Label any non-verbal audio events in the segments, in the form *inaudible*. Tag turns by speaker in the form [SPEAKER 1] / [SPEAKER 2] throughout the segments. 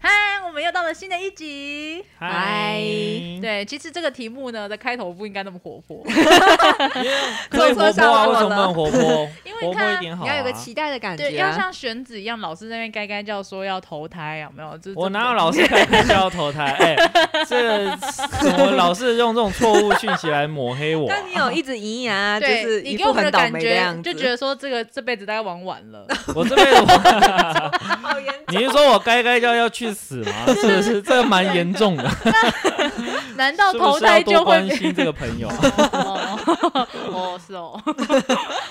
[SPEAKER 1] 嗨，我们又到了新的一集。
[SPEAKER 2] 嗨，
[SPEAKER 1] 对，其实这个题目呢，在开头不应该那么活
[SPEAKER 3] *laughs*
[SPEAKER 1] 泼，
[SPEAKER 2] 可以活泼啊？
[SPEAKER 1] 坐车上
[SPEAKER 2] 为什么
[SPEAKER 1] 我
[SPEAKER 2] 不
[SPEAKER 1] 了
[SPEAKER 2] 能活泼？
[SPEAKER 1] 因为
[SPEAKER 2] 活泼
[SPEAKER 1] 看
[SPEAKER 2] 一点好、
[SPEAKER 3] 你
[SPEAKER 2] 啊。
[SPEAKER 3] 要有个期待的感
[SPEAKER 1] 对，
[SPEAKER 3] 觉
[SPEAKER 1] 要
[SPEAKER 3] 啊。
[SPEAKER 1] 像选子一样，老师在那边该该叫说要投胎，有没有？这
[SPEAKER 2] 我哪有老是开玩笑投胎？哎、这怎么老是用这种错误讯息来抹黑我啊、
[SPEAKER 3] 但你有一直咿呀、就
[SPEAKER 1] 对
[SPEAKER 3] 是
[SPEAKER 1] 你
[SPEAKER 3] 一
[SPEAKER 1] 给
[SPEAKER 3] 副
[SPEAKER 1] 我们的
[SPEAKER 3] 很倒
[SPEAKER 1] 感
[SPEAKER 3] 霉的
[SPEAKER 1] 觉
[SPEAKER 3] 样子，
[SPEAKER 1] 就觉得说这个这辈子大概玩完
[SPEAKER 3] *laughs*
[SPEAKER 1] 了，
[SPEAKER 2] 我这辈子我，
[SPEAKER 3] 好严
[SPEAKER 2] 你是说我该该叫要去死吗？是不是？这个蛮严重的，
[SPEAKER 1] 难道
[SPEAKER 2] 是不
[SPEAKER 1] 投
[SPEAKER 2] 是要
[SPEAKER 1] 胎
[SPEAKER 2] 多
[SPEAKER 1] 就会
[SPEAKER 2] 关心这个朋友？啊
[SPEAKER 3] 啊
[SPEAKER 1] *laughs* 哦哦是哦，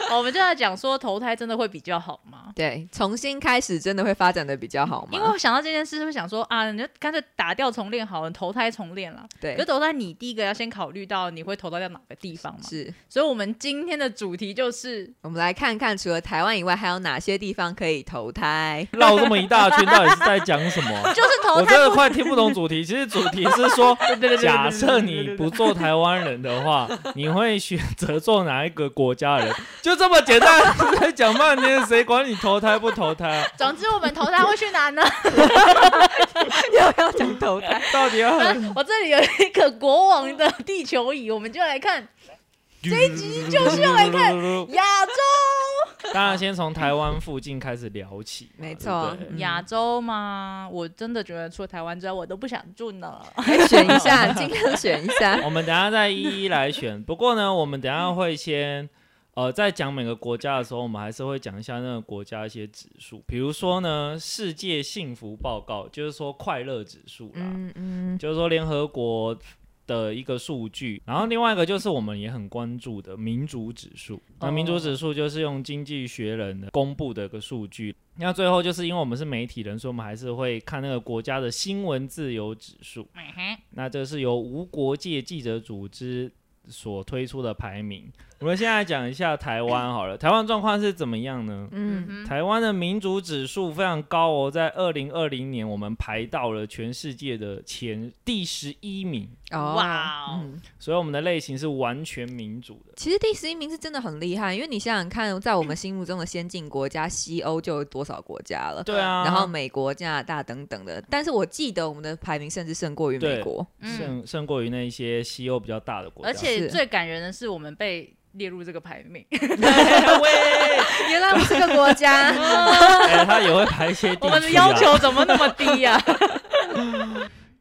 [SPEAKER 1] 哦我们就在讲说投胎真的会比较好吗？
[SPEAKER 3] 对，重新开始真的会发展的比较好吗？
[SPEAKER 1] 因为我想到这件事，会想说啊，你就干脆打掉重练好了，投胎重练了。可是
[SPEAKER 3] 对
[SPEAKER 1] 投胎，你第一个要先考虑到你会投胎到哪个地方嘛？
[SPEAKER 3] 是，
[SPEAKER 1] 所以我们今天的主题就是
[SPEAKER 3] 我们来看看除了台湾以外，还有哪些地方可以投胎？
[SPEAKER 2] 绕这么一大圈，到底是在讲什么
[SPEAKER 1] *laughs*
[SPEAKER 2] 啊？
[SPEAKER 1] 就是投
[SPEAKER 2] 我
[SPEAKER 1] 胎
[SPEAKER 2] 真的
[SPEAKER 1] 不
[SPEAKER 2] 快听不懂主题。其实主题是说，
[SPEAKER 1] *laughs* 对对对对对对
[SPEAKER 2] 假设你不做台湾人的话，你会选择做哪一个国家人？ *laughs* 就这么简单，在讲半天，谁管你投胎不投胎啊？
[SPEAKER 1] 总之，我们投胎会去哪
[SPEAKER 3] *laughs*
[SPEAKER 1] 呢？
[SPEAKER 3] *laughs* 又要讲投胎，
[SPEAKER 2] 到底
[SPEAKER 1] *laughs*
[SPEAKER 2] 要
[SPEAKER 1] 我这里有一个国王的地球仪，我们就来
[SPEAKER 3] *laughs*
[SPEAKER 1] 看
[SPEAKER 2] 这一集就是
[SPEAKER 1] 要来看。亚洲。
[SPEAKER 2] *laughs* 当然，先从台湾附近开始聊起嘛，
[SPEAKER 3] 没错
[SPEAKER 2] 对不对
[SPEAKER 3] 嗯
[SPEAKER 1] 亚洲吗？我真的觉得除了台湾之外，我都不想住呢。
[SPEAKER 3] 选一下，尽量选一下。
[SPEAKER 2] 我们等一下再一一来选。不过呢，我们等一下会先。呃，在讲每个国家的时候，我们还是会讲一下那个国家一些指数，比如说呢，世界幸福报告，就是说快乐指数啦，
[SPEAKER 3] *laughs* 嗯嗯，
[SPEAKER 2] 就是说联合国的一个数据，然后另外一个就是我们也很关注的民主指数。那
[SPEAKER 1] 哦
[SPEAKER 2] 民主指数就是用经济学人的公布的一个数据。那最后就是因为我们是媒体人，所以我们还是会看那个国家的新闻自由指数。
[SPEAKER 3] 嗯
[SPEAKER 2] 那这是由无国界记者组织所推出的排名。我们现在讲一下台湾好了，台湾状况是怎么样呢？
[SPEAKER 3] 嗯，
[SPEAKER 1] 嗯哼，
[SPEAKER 2] 台湾的民主指数非常高哦，在二零二零年我们排到了全世界的前第十一名，
[SPEAKER 1] *laughs*
[SPEAKER 3] 哦，
[SPEAKER 1] 哇哦
[SPEAKER 3] 嗯
[SPEAKER 2] 所以我们的类型是完全民主的。
[SPEAKER 3] 其实第十一名是真的很厉害，因为你想想看，在我们心目中的先进国家，西欧就有多少国家了？
[SPEAKER 2] 对啊，
[SPEAKER 3] 然后美国、加拿大等等的，但是我记得我们的排名甚至胜过于美
[SPEAKER 2] 对
[SPEAKER 3] 国。
[SPEAKER 1] 嗯，
[SPEAKER 2] 胜胜过于那一些西欧比较大的国家。
[SPEAKER 1] 而且
[SPEAKER 3] 是
[SPEAKER 1] 最感人的是，我们被列入这个排
[SPEAKER 3] *laughs*
[SPEAKER 1] 名。
[SPEAKER 2] 喂，
[SPEAKER 3] 原来我们是个国
[SPEAKER 1] *laughs*
[SPEAKER 3] 家，
[SPEAKER 2] 哎，他也会排一些地区、啊。
[SPEAKER 1] 我们的要求怎么那么低
[SPEAKER 3] *laughs*
[SPEAKER 1] 呀、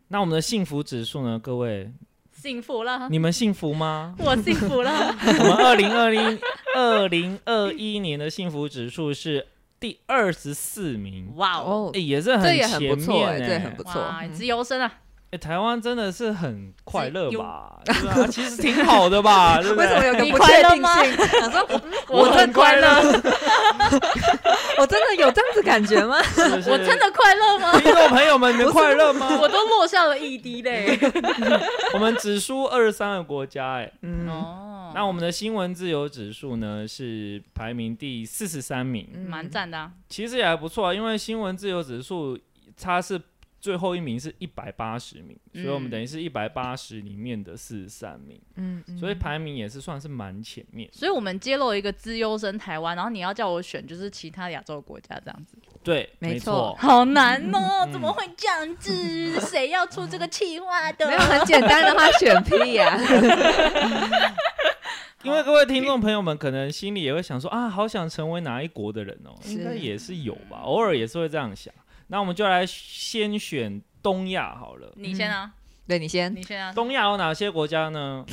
[SPEAKER 2] 那我们的幸福指数呢？各位，
[SPEAKER 1] 幸福了，
[SPEAKER 2] 你们幸福吗？
[SPEAKER 1] 我幸福了。
[SPEAKER 3] *laughs*
[SPEAKER 2] *laughs* 我们二零二零二零二一年的幸福指数是第二十四名，
[SPEAKER 1] 哇哦，
[SPEAKER 3] 哦
[SPEAKER 2] 哎，，也是
[SPEAKER 3] 这
[SPEAKER 2] 很
[SPEAKER 3] 也很
[SPEAKER 2] 前
[SPEAKER 3] 不
[SPEAKER 2] 面
[SPEAKER 3] 错哎，
[SPEAKER 2] 哎
[SPEAKER 3] 这也很不错。
[SPEAKER 1] 哇，
[SPEAKER 3] 嗯
[SPEAKER 1] 自由身啊！
[SPEAKER 2] 欸、台湾真的是很快乐
[SPEAKER 1] 自由
[SPEAKER 2] 吧？对吧、
[SPEAKER 3] *laughs*
[SPEAKER 2] 啊？其实挺好的吧？对不
[SPEAKER 3] 为
[SPEAKER 2] 对
[SPEAKER 3] 什么有个
[SPEAKER 1] 你
[SPEAKER 3] 不
[SPEAKER 1] 快
[SPEAKER 3] 确
[SPEAKER 1] 乐
[SPEAKER 3] 定
[SPEAKER 1] 吗
[SPEAKER 3] 性？想 *laughs* 说，嗯
[SPEAKER 2] 我很快乐，
[SPEAKER 3] 我真的有这样子感
[SPEAKER 1] *laughs*
[SPEAKER 3] 觉吗？
[SPEAKER 2] 是不是
[SPEAKER 1] 我真的快乐吗？ *laughs*
[SPEAKER 2] 听众朋友们，你们快乐吗？
[SPEAKER 1] 我都落下了一滴泪。
[SPEAKER 2] 我们指数二十三个国家、欸，哎、
[SPEAKER 3] 嗯，
[SPEAKER 1] 哦
[SPEAKER 2] 那我们的新闻自由指数呢是排名第四十三名，
[SPEAKER 3] 嗯
[SPEAKER 1] 蛮赞的啊。
[SPEAKER 2] 其实也还不错啊，因为新闻自由指数它是最后一名是一百八十名，所以我们
[SPEAKER 1] 嗯
[SPEAKER 2] 等于是一百八十里面的四十三名，
[SPEAKER 3] 嗯，嗯
[SPEAKER 2] 所以排名也是算是蛮前面。
[SPEAKER 1] 所以我们揭露一个资优生台湾，然后你要叫我选就是其他亚洲国家这样子，
[SPEAKER 2] 对，
[SPEAKER 3] 没
[SPEAKER 2] 没
[SPEAKER 3] 错
[SPEAKER 1] *laughs* 好难哦
[SPEAKER 2] 嗯，
[SPEAKER 1] 怎么会这样 *laughs* 子？谁要出这个企划
[SPEAKER 3] 没
[SPEAKER 1] 的？
[SPEAKER 3] 有
[SPEAKER 1] *laughs*
[SPEAKER 3] 很简单的话选屁呀。
[SPEAKER 2] 因为各位听众朋友们可能心里也会想说啊，好想成为哪一国的人哦，
[SPEAKER 3] 是
[SPEAKER 2] 应该也是有吧，偶尔也是会这样想。那我们就来先选东亚好了。
[SPEAKER 1] 你先啊，
[SPEAKER 3] 对你先，
[SPEAKER 1] 你先啊。
[SPEAKER 2] 东亚有哪些国家呢？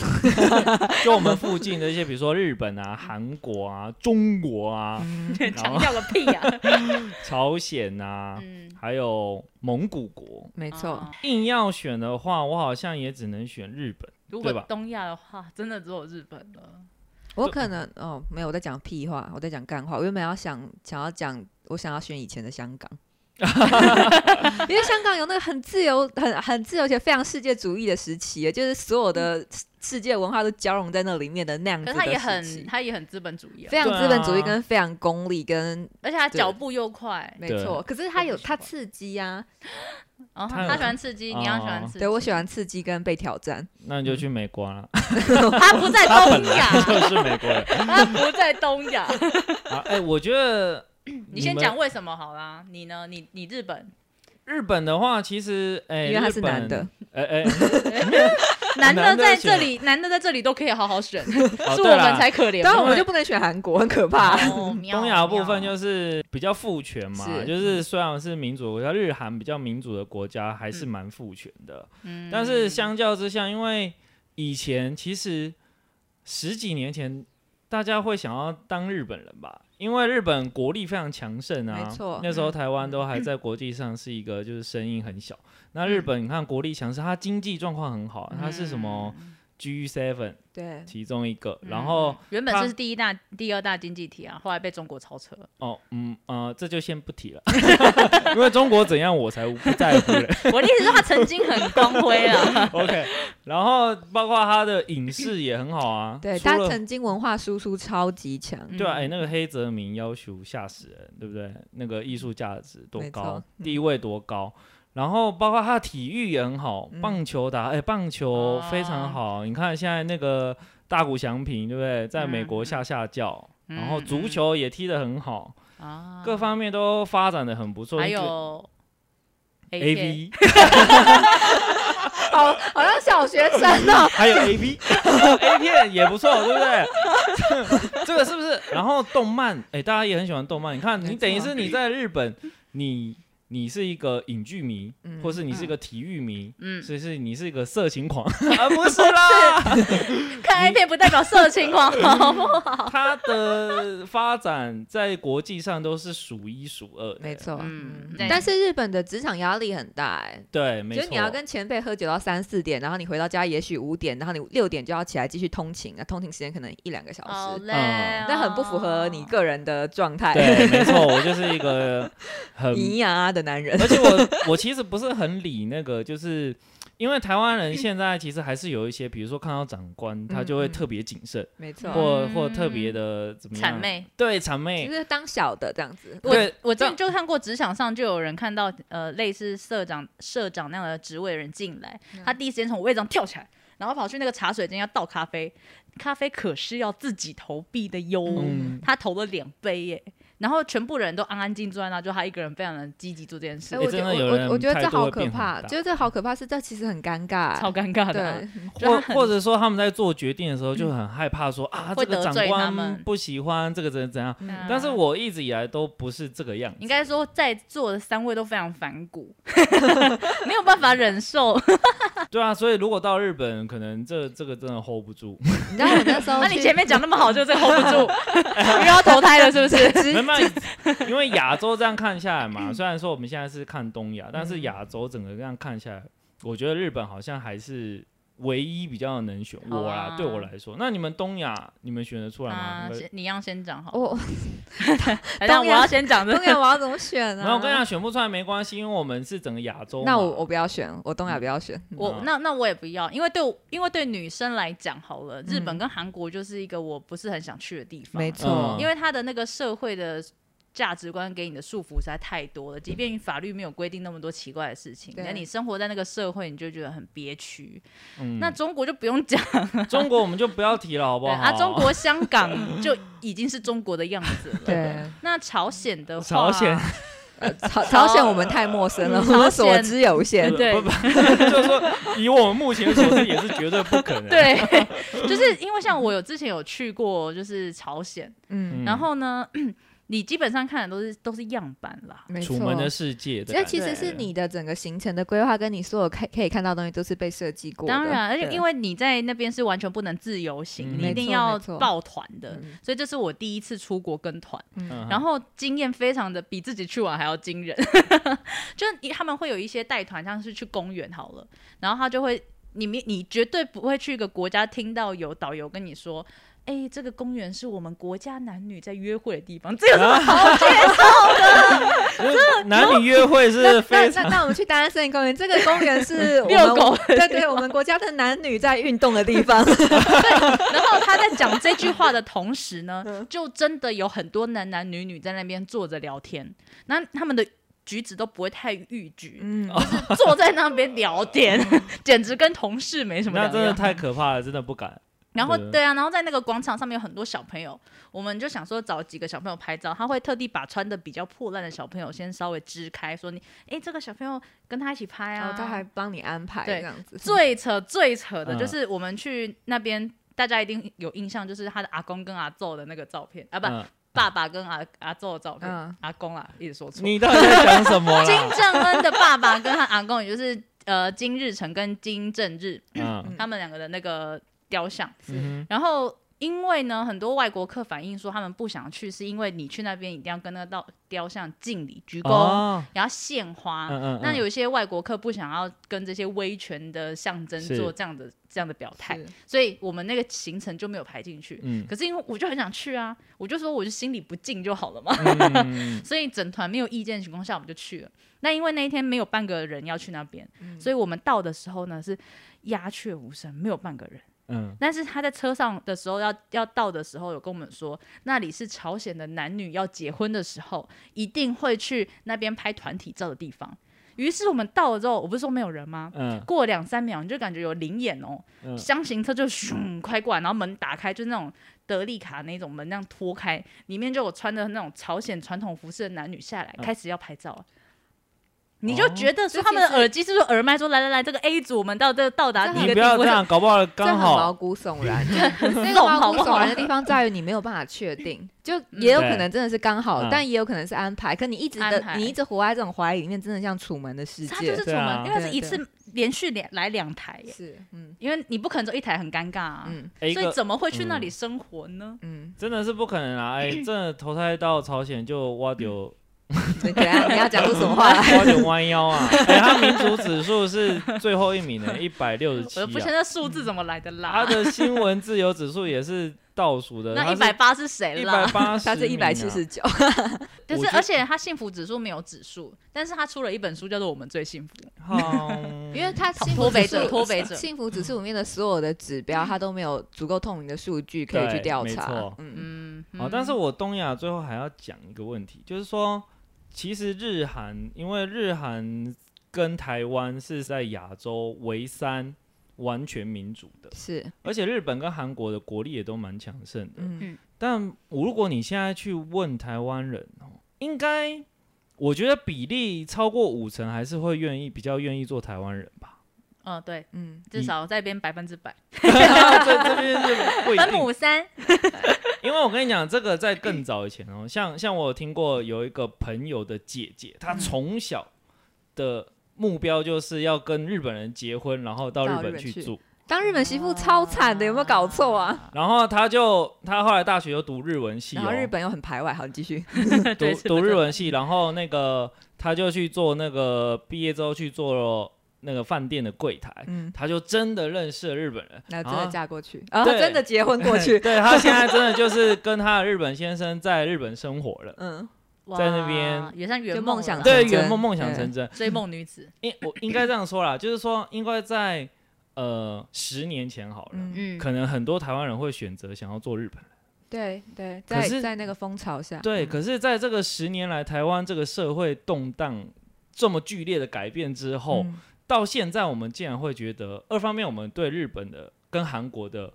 [SPEAKER 2] *laughs* 就我们附近的一些，比如说日本啊、韩国啊、中国
[SPEAKER 3] 嗯
[SPEAKER 2] 啊、
[SPEAKER 1] 强调个屁呀！
[SPEAKER 2] 朝鲜啊，
[SPEAKER 1] *laughs* 嗯，
[SPEAKER 2] 还有蒙古国。
[SPEAKER 3] 没错，
[SPEAKER 1] 啊。
[SPEAKER 2] 硬要选的话，我好像也只能选日本。
[SPEAKER 1] 如
[SPEAKER 2] 对
[SPEAKER 1] 果
[SPEAKER 2] 吧
[SPEAKER 1] 东亚的话，真的只有日本了。
[SPEAKER 3] 我可能
[SPEAKER 1] *laughs*
[SPEAKER 3] 哦，没有，我在讲屁话，我在讲干话。我原本要想想要讲，我想要选以前的香港，因为香港有那个很自由、很很自由且非常世界主义的时期，就是所有的世界文化都交融在那里面的那样子
[SPEAKER 1] 可
[SPEAKER 3] 的
[SPEAKER 1] 嗯是他也
[SPEAKER 3] 时
[SPEAKER 1] 很
[SPEAKER 3] 期。
[SPEAKER 1] 他也很资本主义啊，
[SPEAKER 3] 非常
[SPEAKER 2] 对啊
[SPEAKER 3] 资本主义跟非常功利跟
[SPEAKER 1] 而且他
[SPEAKER 3] 对
[SPEAKER 1] 脚步又快，
[SPEAKER 3] 没
[SPEAKER 2] 对
[SPEAKER 3] 错，可是他有
[SPEAKER 1] 我不喜
[SPEAKER 3] 他
[SPEAKER 1] 欢
[SPEAKER 3] 刺激啊，
[SPEAKER 1] 然后
[SPEAKER 2] 他有
[SPEAKER 1] 哦
[SPEAKER 2] 哦
[SPEAKER 1] 他喜欢刺激，你要喜欢刺激，
[SPEAKER 3] 对我喜欢刺激跟被挑战。
[SPEAKER 2] 那你就去美国了，
[SPEAKER 1] 他不在
[SPEAKER 2] 他本
[SPEAKER 1] 东
[SPEAKER 2] 来
[SPEAKER 1] 亚，
[SPEAKER 2] *laughs* 就是美国人。
[SPEAKER 1] 他 *laughs* 不在东
[SPEAKER 2] *laughs*
[SPEAKER 1] 亚。
[SPEAKER 2] 啊，哎、我觉得
[SPEAKER 1] 你先
[SPEAKER 2] 们
[SPEAKER 1] 讲为什么好啦？你呢？你你
[SPEAKER 2] *laughs*
[SPEAKER 1] 日本
[SPEAKER 2] 日本的话，其实哎、
[SPEAKER 3] 因为他是
[SPEAKER 2] 日本
[SPEAKER 3] 男的，
[SPEAKER 2] 哎
[SPEAKER 1] *laughs*
[SPEAKER 2] 哎，
[SPEAKER 1] 男的
[SPEAKER 2] 男的
[SPEAKER 1] 在
[SPEAKER 2] 选
[SPEAKER 1] 这里，男的在这里都可以好好选，是
[SPEAKER 2] 哦
[SPEAKER 1] 我
[SPEAKER 2] 对啦
[SPEAKER 1] 们才可怜。
[SPEAKER 3] 当然我们就不能选韩国，很可怕。
[SPEAKER 1] 哦喵
[SPEAKER 2] 东亚的部
[SPEAKER 1] 喵
[SPEAKER 2] 分就是比较父权嘛，
[SPEAKER 3] 是
[SPEAKER 2] 就是
[SPEAKER 1] 嗯
[SPEAKER 2] 虽然是民主国家，日韩比较民主的国家还是蛮父权的，
[SPEAKER 1] 嗯
[SPEAKER 2] 但是相较之下，因为以前其实十几年前大家会想要当日本人吧，因为日本国力非常强盛啊，
[SPEAKER 3] 没错
[SPEAKER 2] 那时候台湾都还在国际上是一个就是声音很小，那日本你看国力强盛，它经济状况很
[SPEAKER 3] 嗯
[SPEAKER 2] 好，它是什么 G Seven
[SPEAKER 3] *laughs* 对，
[SPEAKER 2] 其中一个，
[SPEAKER 1] 嗯
[SPEAKER 2] 然后。
[SPEAKER 1] 原本
[SPEAKER 2] 他
[SPEAKER 1] 这是第一大、第二大经济体啊，后来被中国超车。 *laughs*
[SPEAKER 2] 哦，嗯，呃，这就先不提了， *laughs* 因为中国怎样我才不在乎
[SPEAKER 3] *laughs*
[SPEAKER 2] 嘞。
[SPEAKER 1] 我的意思是，他曾经很光辉啊。
[SPEAKER 2] OK，然后包括他的影视也很好啊，
[SPEAKER 3] 对
[SPEAKER 2] 除
[SPEAKER 3] 他
[SPEAKER 2] 了
[SPEAKER 3] 曾经文化输出超级强，
[SPEAKER 2] *laughs*
[SPEAKER 1] 嗯
[SPEAKER 2] 对啊，哎、那个黑泽明要求吓死人，对不对？那个艺术价值多
[SPEAKER 3] 没
[SPEAKER 2] 高
[SPEAKER 3] 错，
[SPEAKER 2] 地位多
[SPEAKER 1] 嗯
[SPEAKER 2] 高。然后包括他的体育也很好，
[SPEAKER 3] 嗯
[SPEAKER 2] 棒球打哎、棒球
[SPEAKER 1] 啊
[SPEAKER 2] 非常好。你看现在那个大谷翔平，对不对？在美国下下教，
[SPEAKER 1] 嗯
[SPEAKER 2] 哎然后足球也踢得很好，
[SPEAKER 1] 啊
[SPEAKER 2] 各方面都发展的很不错。
[SPEAKER 1] 还
[SPEAKER 2] 就
[SPEAKER 1] 有
[SPEAKER 2] A
[SPEAKER 1] A
[SPEAKER 2] V，。
[SPEAKER 3] 好好像小学生哦
[SPEAKER 2] 还有 A V A 片也不错，对不对？ *laughs* 这个是不是？然后动漫，哎、大家也很喜欢动漫。你看，
[SPEAKER 3] 没
[SPEAKER 2] 你
[SPEAKER 3] 错
[SPEAKER 2] 等于是你在日本，你你是一个影剧迷，
[SPEAKER 3] 嗯嗯
[SPEAKER 2] 或是你是一个体育迷，
[SPEAKER 1] 嗯，
[SPEAKER 2] 所以是你是一个色情狂啊？不是啦，
[SPEAKER 1] 看 A 片不代表色情哦狂，好不
[SPEAKER 2] *laughs*
[SPEAKER 1] 好？
[SPEAKER 2] 它的发展在国际上都是数一数二的，
[SPEAKER 3] *laughs* 没，错，
[SPEAKER 1] *laughs* 嗯
[SPEAKER 3] 嗯
[SPEAKER 1] 对
[SPEAKER 3] 但是日本的职场压力很大哎、
[SPEAKER 2] 对，没
[SPEAKER 3] 就
[SPEAKER 2] 错。
[SPEAKER 3] 是你要跟前辈喝酒到三四点，然后你回到家也许五点，然后你六点就要起来继续通勤，那通勤时间可能一两个小
[SPEAKER 1] 好
[SPEAKER 3] 时，
[SPEAKER 1] 累、哦
[SPEAKER 2] 嗯
[SPEAKER 3] 哦那很不符合你。个人的状态， *laughs*
[SPEAKER 2] 对，没错，我就是一个很
[SPEAKER 3] 咿呀的男人。
[SPEAKER 2] 而且我我其实不是很理那个，就是因为台湾人现在其实还是有一些，比如说看到长官，他就会特别谨慎，
[SPEAKER 3] 没错，
[SPEAKER 2] 或或特别的怎么样？
[SPEAKER 1] 嗯谄媚，
[SPEAKER 2] 对谄媚
[SPEAKER 1] 哎
[SPEAKER 3] 就，是当小的这样子。
[SPEAKER 1] 我
[SPEAKER 2] 对
[SPEAKER 1] 我之前
[SPEAKER 2] 但
[SPEAKER 1] 就看过职场上就有人看到呃类似社长社长那样的职位的人进来，
[SPEAKER 3] 嗯
[SPEAKER 1] 他第一时间从我位置上跳起来，然后跑去那个茶水间要倒咖啡，咖啡可是要自己投币的哟，
[SPEAKER 2] 嗯
[SPEAKER 1] 他投了两杯耶，然后全部人都安安静坐在那，就他一个人非常的积极做这件事
[SPEAKER 3] 哎，
[SPEAKER 2] 欸
[SPEAKER 3] 我觉
[SPEAKER 2] 真
[SPEAKER 3] 得
[SPEAKER 2] 的有
[SPEAKER 3] 我
[SPEAKER 2] 人
[SPEAKER 3] 我我觉得
[SPEAKER 2] 态
[SPEAKER 3] 这
[SPEAKER 2] 度
[SPEAKER 3] 好
[SPEAKER 2] 会
[SPEAKER 3] 可
[SPEAKER 2] 变很
[SPEAKER 3] 怕，
[SPEAKER 2] 大
[SPEAKER 3] 觉得这好可怕是这其实很尴尬，
[SPEAKER 1] 超尴尬的啊、
[SPEAKER 3] 对， *laughs*
[SPEAKER 1] 就
[SPEAKER 2] 或
[SPEAKER 1] 他很嗯
[SPEAKER 2] 或者说他们在做决定的时候就很害怕说、啊，这
[SPEAKER 1] 会
[SPEAKER 2] 个
[SPEAKER 1] 得
[SPEAKER 2] 长
[SPEAKER 1] 罪他
[SPEAKER 2] 官
[SPEAKER 1] 们
[SPEAKER 2] 不喜欢这个怎怎样。
[SPEAKER 1] 嗯
[SPEAKER 2] 但是我一直以来都不是这个样子，
[SPEAKER 1] 应该说在座的三位都非常反骨， *laughs* 没有办法忍受。
[SPEAKER 2] 对啊，所以如果到日本，可能这这个真的 hold 不住。
[SPEAKER 3] 你知道我那时候
[SPEAKER 1] 那
[SPEAKER 3] 去，
[SPEAKER 1] 你前面讲那么好，就这个 hold 不
[SPEAKER 2] *laughs*
[SPEAKER 1] 住，又要投胎了是不是？
[SPEAKER 3] *laughs*
[SPEAKER 2] 没办因为亚洲这样看下来嘛，虽然说我们现在是看东
[SPEAKER 3] 嗯
[SPEAKER 2] 亚，但是亚洲整个这样看下来，我觉得日本好像还是唯一比较能选
[SPEAKER 1] 好
[SPEAKER 2] 我啦
[SPEAKER 3] 哦
[SPEAKER 1] 啊，
[SPEAKER 2] 对我来说。那你们东亚，你们选得出来吗
[SPEAKER 1] 啊？，
[SPEAKER 2] 你们
[SPEAKER 1] 先你要先讲好了。
[SPEAKER 3] 我
[SPEAKER 1] 等一下
[SPEAKER 3] 东
[SPEAKER 1] 我
[SPEAKER 3] 亚
[SPEAKER 1] 要先讲的
[SPEAKER 3] 东。亚我要怎么选
[SPEAKER 2] 没
[SPEAKER 3] 啊？
[SPEAKER 2] 有，我跟你讲，选不出来没关系，因为我们是整个亚洲嘛。
[SPEAKER 3] 那我我不要选，我东亚不要选。
[SPEAKER 1] 我那那我也不要，因为对我因为对女生来讲好了，日本跟韩国就是一个我不是很想去的地方，
[SPEAKER 3] 没错
[SPEAKER 2] 嗯，
[SPEAKER 1] 因为它的那个社会的价值观给你的束缚实在太多了，即便法律没有规定那么多奇怪的事情，
[SPEAKER 3] 对
[SPEAKER 1] 那你生活在那个社会，你就觉得很憋屈。
[SPEAKER 2] 嗯
[SPEAKER 1] 那中国就不用讲了，
[SPEAKER 2] 中国我们就不要提了，好不
[SPEAKER 1] 对
[SPEAKER 2] 好？
[SPEAKER 1] 啊，中国香港就已经是中国的样子了。
[SPEAKER 3] *laughs* 对，
[SPEAKER 1] 那朝鲜的话，
[SPEAKER 2] 朝鲜
[SPEAKER 1] *laughs*
[SPEAKER 3] 呃，朝朝鲜我们太陌生
[SPEAKER 1] 嗯
[SPEAKER 3] 了，我们所知有限。
[SPEAKER 2] 不 *laughs*
[SPEAKER 1] 对
[SPEAKER 2] 不不就是说以我们目前所知也是绝对不可能。，
[SPEAKER 1] 对， *laughs* 就是因为像我有之前有去过，就是朝鲜，
[SPEAKER 3] 嗯，
[SPEAKER 2] 嗯
[SPEAKER 1] 然后呢， *clears throat* 你基本上看的都是都是样板啦。
[SPEAKER 3] 没错
[SPEAKER 2] 楚。门的世界的
[SPEAKER 3] 这
[SPEAKER 2] 感觉，
[SPEAKER 3] 其实是你的整个行程的规划，跟你所有看可以看到的东西都是被设计过的。
[SPEAKER 1] 当然，而且
[SPEAKER 3] 对
[SPEAKER 1] 因为你在那边是完全不能自由
[SPEAKER 2] 嗯
[SPEAKER 1] 行，你一
[SPEAKER 3] 没
[SPEAKER 1] 定
[SPEAKER 3] 错
[SPEAKER 1] 要
[SPEAKER 3] 没错
[SPEAKER 1] 抱团的
[SPEAKER 3] 嗯，
[SPEAKER 1] 所以这是我第一次出国跟团，
[SPEAKER 2] 嗯，
[SPEAKER 1] 然后经验非常的比自己去玩还要 *laughs* 惊人，就是他们会有一些带团，像是去公园好了，然后他就会。你没你绝对不会去一个国家听到有导游跟你说。哎、这个公园是我们国家男女在约会的地方，这有什么好
[SPEAKER 2] 因为男女约会
[SPEAKER 3] 那
[SPEAKER 2] 是
[SPEAKER 3] 那
[SPEAKER 2] 非
[SPEAKER 3] 那
[SPEAKER 2] 常
[SPEAKER 3] 那我们去大安森林公园，这个公园是我们
[SPEAKER 1] 遛狗的
[SPEAKER 3] 对对，我们国家的男女在运动的地方。
[SPEAKER 1] *laughs* 然后他在讲这句话的同时
[SPEAKER 3] 嗯
[SPEAKER 1] 呢，就真的有很多男男女女在那边坐着聊天，那他们的举止都不会太逾矩，
[SPEAKER 3] 嗯，
[SPEAKER 1] 就是坐在那边聊
[SPEAKER 3] *laughs*
[SPEAKER 1] 天，简直跟同事没什么
[SPEAKER 2] 那
[SPEAKER 1] 两
[SPEAKER 2] 真的
[SPEAKER 1] 样。
[SPEAKER 2] 太可怕了，真的不敢。
[SPEAKER 1] 然后
[SPEAKER 2] 对
[SPEAKER 1] 对啊，然后在那个广场上面有很多小朋友，我们就想说找几个小朋友拍照，他会特地把穿的比较破烂的小朋友先稍微支开，说你哎这个小朋友跟他一起拍
[SPEAKER 3] 然
[SPEAKER 1] 啊
[SPEAKER 3] 后，哦他还帮你安排
[SPEAKER 1] 对
[SPEAKER 3] 这样子。
[SPEAKER 1] 最扯最扯的
[SPEAKER 2] 嗯
[SPEAKER 1] 就是我们去那边，大家一定有印象，就是他的阿公跟阿宙的那个照片啊，不，
[SPEAKER 2] 嗯
[SPEAKER 1] 爸爸跟阿阿宙的照片，
[SPEAKER 3] 嗯
[SPEAKER 1] 阿公啦，一直说错。
[SPEAKER 2] 你到底在讲什么
[SPEAKER 1] *laughs* 金
[SPEAKER 2] 啦？
[SPEAKER 1] 正恩的爸爸跟他阿公，也就是呃金日成跟金正日，
[SPEAKER 2] 嗯
[SPEAKER 1] 他们两个的那个雕像。
[SPEAKER 2] 嗯
[SPEAKER 1] 然后因为呢，很多外国客反映说他们不想去，是因为你去那边一定要跟那个到雕像敬礼、鞠
[SPEAKER 2] 哼，
[SPEAKER 1] 躬，
[SPEAKER 2] 哦，
[SPEAKER 1] 然后献花。
[SPEAKER 2] 嗯嗯，
[SPEAKER 1] 嗯那
[SPEAKER 2] 嗯
[SPEAKER 1] 有一些外国客不想要跟这些威权的象征
[SPEAKER 2] 是
[SPEAKER 1] 做这样的这样的表态
[SPEAKER 3] 是，
[SPEAKER 1] 所以我们那个行程就没有排进去。
[SPEAKER 2] 嗯
[SPEAKER 1] 可是因为我就很想去啊，我就说我就心里不敬就好了嘛，
[SPEAKER 2] 嗯
[SPEAKER 1] *laughs* 所以整团没有意见的情况下我们就去了。那因为那一天没有半个人要去那边，所以我们到的时候呢是鸦雀无声，没有半个人。
[SPEAKER 2] 嗯，
[SPEAKER 1] 但是他在车上的时候要要到的时候，有跟我们说，那里是朝鲜的男女要结婚的时候，一定会去那边拍团体照的地方。于是我们到了之后，我不是说没有人吗？
[SPEAKER 2] 嗯
[SPEAKER 1] 过两三秒，你就感觉有灵眼哦，
[SPEAKER 2] 嗯
[SPEAKER 1] 箱型车就咻快过来，然后门打开，就是那种德利卡那种门那样拖开，里面就有穿着那种朝鲜传统服饰的男女下来，
[SPEAKER 2] 嗯
[SPEAKER 1] 开始要拍照了。你就觉得说
[SPEAKER 3] 这
[SPEAKER 1] 他们的
[SPEAKER 3] 其实
[SPEAKER 1] 耳机是不是有耳麦说来来来，这个 A 组我们到这到达
[SPEAKER 3] 这
[SPEAKER 1] 哪
[SPEAKER 2] 你
[SPEAKER 1] 个
[SPEAKER 2] 不
[SPEAKER 1] 地
[SPEAKER 2] 要这
[SPEAKER 1] 位？
[SPEAKER 2] 样，搞不好
[SPEAKER 3] 这很
[SPEAKER 2] 刚
[SPEAKER 3] 毛
[SPEAKER 2] 好
[SPEAKER 3] 骨悚然，那个毛骨悚然的地方在于你没有办法确定，就也有可能真的是刚好
[SPEAKER 2] 嗯，
[SPEAKER 3] 但也有可能是安排。可你一直
[SPEAKER 1] 安
[SPEAKER 3] 的
[SPEAKER 1] 排
[SPEAKER 3] 你一直活在这种怀疑里面，真的像楚门的世
[SPEAKER 1] 他就
[SPEAKER 3] 界
[SPEAKER 1] 是。出
[SPEAKER 2] 对
[SPEAKER 1] 门，
[SPEAKER 2] 啊
[SPEAKER 1] 因为是
[SPEAKER 3] 对
[SPEAKER 1] 一次连续两来两台耶，
[SPEAKER 3] 是，嗯
[SPEAKER 1] 因为你不可能只有一台，很尴尬啊。
[SPEAKER 3] 嗯
[SPEAKER 2] 哎一
[SPEAKER 1] 所以
[SPEAKER 2] 个。
[SPEAKER 1] 怎么会去那里生活呢？
[SPEAKER 3] 嗯，
[SPEAKER 2] 真的是不可能啊！哎，真的投胎到朝鲜就挖丢
[SPEAKER 3] 你等一下你要讲出什么话
[SPEAKER 2] *laughs*
[SPEAKER 3] 来？
[SPEAKER 2] 挖丢弯腰啊！哎，他民族指数是最后一名的，一百六十七
[SPEAKER 1] 我又不晓
[SPEAKER 2] 啊。
[SPEAKER 1] 得数字怎么来的
[SPEAKER 2] 他
[SPEAKER 1] 啦。
[SPEAKER 2] 的新闻自由指数也是倒数的，
[SPEAKER 1] 那一百八是
[SPEAKER 2] 一
[SPEAKER 1] 谁
[SPEAKER 2] 百
[SPEAKER 1] 啦？
[SPEAKER 2] 八十，啊
[SPEAKER 3] 他是一百七十九，
[SPEAKER 2] 我
[SPEAKER 1] 但是
[SPEAKER 2] 觉得
[SPEAKER 1] 而且他幸福指数没有指数，但是他出了一本书叫做《我们最幸福》，
[SPEAKER 3] 嗯
[SPEAKER 2] 好，
[SPEAKER 3] 因为他幸 *laughs*
[SPEAKER 1] 脱
[SPEAKER 3] 福
[SPEAKER 1] 北
[SPEAKER 3] 指
[SPEAKER 1] 者，
[SPEAKER 3] 数
[SPEAKER 1] 脱北者。
[SPEAKER 3] 幸福指数里面的所有的指标，它都没有足够透明的数据可以去
[SPEAKER 2] 对
[SPEAKER 3] 调
[SPEAKER 2] 没
[SPEAKER 3] 查
[SPEAKER 2] 错。
[SPEAKER 3] 嗯，
[SPEAKER 1] 嗯，
[SPEAKER 2] 好，
[SPEAKER 1] 嗯
[SPEAKER 2] 哦但是我东亚最后还要讲一个问题，就是说，其实日韩，因为日韩跟台湾是在亚洲唯三完全民主的，
[SPEAKER 3] 是，
[SPEAKER 2] 而且日本跟韩国的国力也都蛮强盛的。
[SPEAKER 3] 嗯
[SPEAKER 2] 但如果你现在去问台湾人哦，应该我觉得比例超过五成还是会愿意比较愿意做台湾人吧。 *laughs*
[SPEAKER 1] 嗯，对，
[SPEAKER 3] 嗯，
[SPEAKER 1] 至少在边百分之百。
[SPEAKER 2] 这这边是不一
[SPEAKER 1] 分
[SPEAKER 2] 定。
[SPEAKER 1] 母三，
[SPEAKER 2] 因为我跟你讲，这个在更早以前哦，像像我有听过有一个朋友的姐姐，她从小的目标就是要跟日本人结婚，然后到
[SPEAKER 3] 到
[SPEAKER 2] 日
[SPEAKER 3] 日
[SPEAKER 2] 本
[SPEAKER 3] 本
[SPEAKER 2] 去
[SPEAKER 3] 去
[SPEAKER 2] 住。
[SPEAKER 3] 当日本媳妇超惨的，有没有搞错啊？
[SPEAKER 2] 然后她就她后来大学又读日文系、哦，
[SPEAKER 3] 然后日本又很排外，好，你继 *laughs* 续。
[SPEAKER 1] *laughs* 对
[SPEAKER 2] 读读日文系，然后那个她就去做那个毕业之后去做了那个饭店的柜台，
[SPEAKER 3] 嗯，
[SPEAKER 2] 她就真的认识了日本人，
[SPEAKER 3] 那真的
[SPEAKER 2] 啊
[SPEAKER 3] 嫁过去，啊，
[SPEAKER 2] 对
[SPEAKER 3] 真的结婚过 *laughs* 去，。
[SPEAKER 2] 对她现在真的就是跟她的日本先生在日本生活了
[SPEAKER 3] *laughs* 嗯，
[SPEAKER 2] 在那边
[SPEAKER 1] 哇也算圆
[SPEAKER 3] 就
[SPEAKER 1] 梦
[SPEAKER 3] 梦想
[SPEAKER 1] 了
[SPEAKER 3] 成
[SPEAKER 2] 对，
[SPEAKER 3] 真
[SPEAKER 2] 圆梦梦想
[SPEAKER 3] 对
[SPEAKER 2] 成真。
[SPEAKER 1] 追梦女子。
[SPEAKER 2] 应我应该这样说啦，就是说，应该在呃十年前好了，
[SPEAKER 3] 嗯
[SPEAKER 1] 嗯，
[SPEAKER 2] 可能很多台湾人会选择想要做日本人。
[SPEAKER 3] 对对，
[SPEAKER 2] 可
[SPEAKER 3] 在
[SPEAKER 2] 是
[SPEAKER 3] 在那个风潮下，
[SPEAKER 2] 对，
[SPEAKER 3] 嗯
[SPEAKER 2] 可是在这个十年来，台湾这个社会动荡这么剧烈的改变之后，
[SPEAKER 3] 嗯
[SPEAKER 2] 到现在我们竟然会觉得，二方面我们对日本的跟韩国的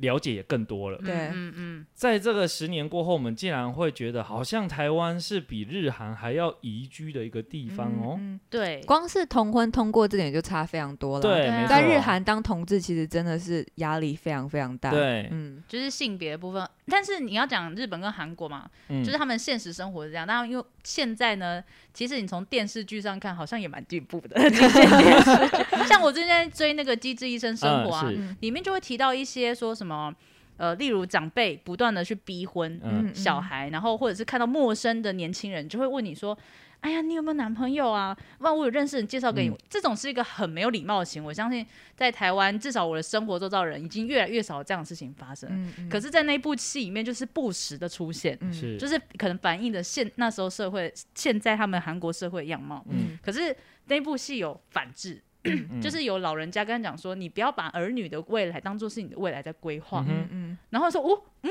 [SPEAKER 2] 了解也更多了，
[SPEAKER 1] 嗯
[SPEAKER 3] 对
[SPEAKER 1] 嗯嗯，
[SPEAKER 2] 在这个十年过后，我们竟然会觉得好像台湾是比日韩还要宜居的一个地方哦。
[SPEAKER 3] 嗯
[SPEAKER 1] 对
[SPEAKER 3] 嗯，光是同婚通过这点就差非常多了，
[SPEAKER 2] 对，
[SPEAKER 1] 啊
[SPEAKER 2] 没错
[SPEAKER 3] 在日韩当同志其实真的是压力非常非常大，，
[SPEAKER 2] 对，
[SPEAKER 3] 嗯，
[SPEAKER 1] 就是性别的部分。但是你要讲日本跟韩国嘛，
[SPEAKER 2] 嗯
[SPEAKER 1] 就是他们现实生活是这样。但因为现在呢，其实你从电视剧上看，好像也蛮进步的。 *laughs* 这些电视剧像我最近在追那个《机智医生生活》啊，
[SPEAKER 2] 嗯是
[SPEAKER 3] 嗯
[SPEAKER 1] 里面就会提到一些说什么。呃，例如长辈不断的去逼婚
[SPEAKER 2] 嗯
[SPEAKER 1] 小孩，然后或者是看到陌生的年轻人，就会问你说：“哎呀，你有没有男朋友啊？不然我有认识人介绍给你。
[SPEAKER 2] 嗯
[SPEAKER 1] 这种是一个很没有礼貌的行为。我相信在台湾，至少我的生活周遭人已经越来越少这样的事情发生。
[SPEAKER 3] 嗯，
[SPEAKER 1] 可是，在那部戏里面，就是不时的出现，
[SPEAKER 3] 嗯
[SPEAKER 2] 是
[SPEAKER 1] 就是可能反映的现那时候社会，现在他们韩国社会样貌。
[SPEAKER 2] 嗯
[SPEAKER 1] 可是那部戏有反制，
[SPEAKER 2] 嗯
[SPEAKER 1] 就是有老人家跟他讲说，你不要把儿女的未来当做是你的未来在规划。
[SPEAKER 2] 嗯哼
[SPEAKER 3] 嗯
[SPEAKER 1] 然后
[SPEAKER 2] *laughs*
[SPEAKER 1] 说哦， *laughs*
[SPEAKER 3] 嗯，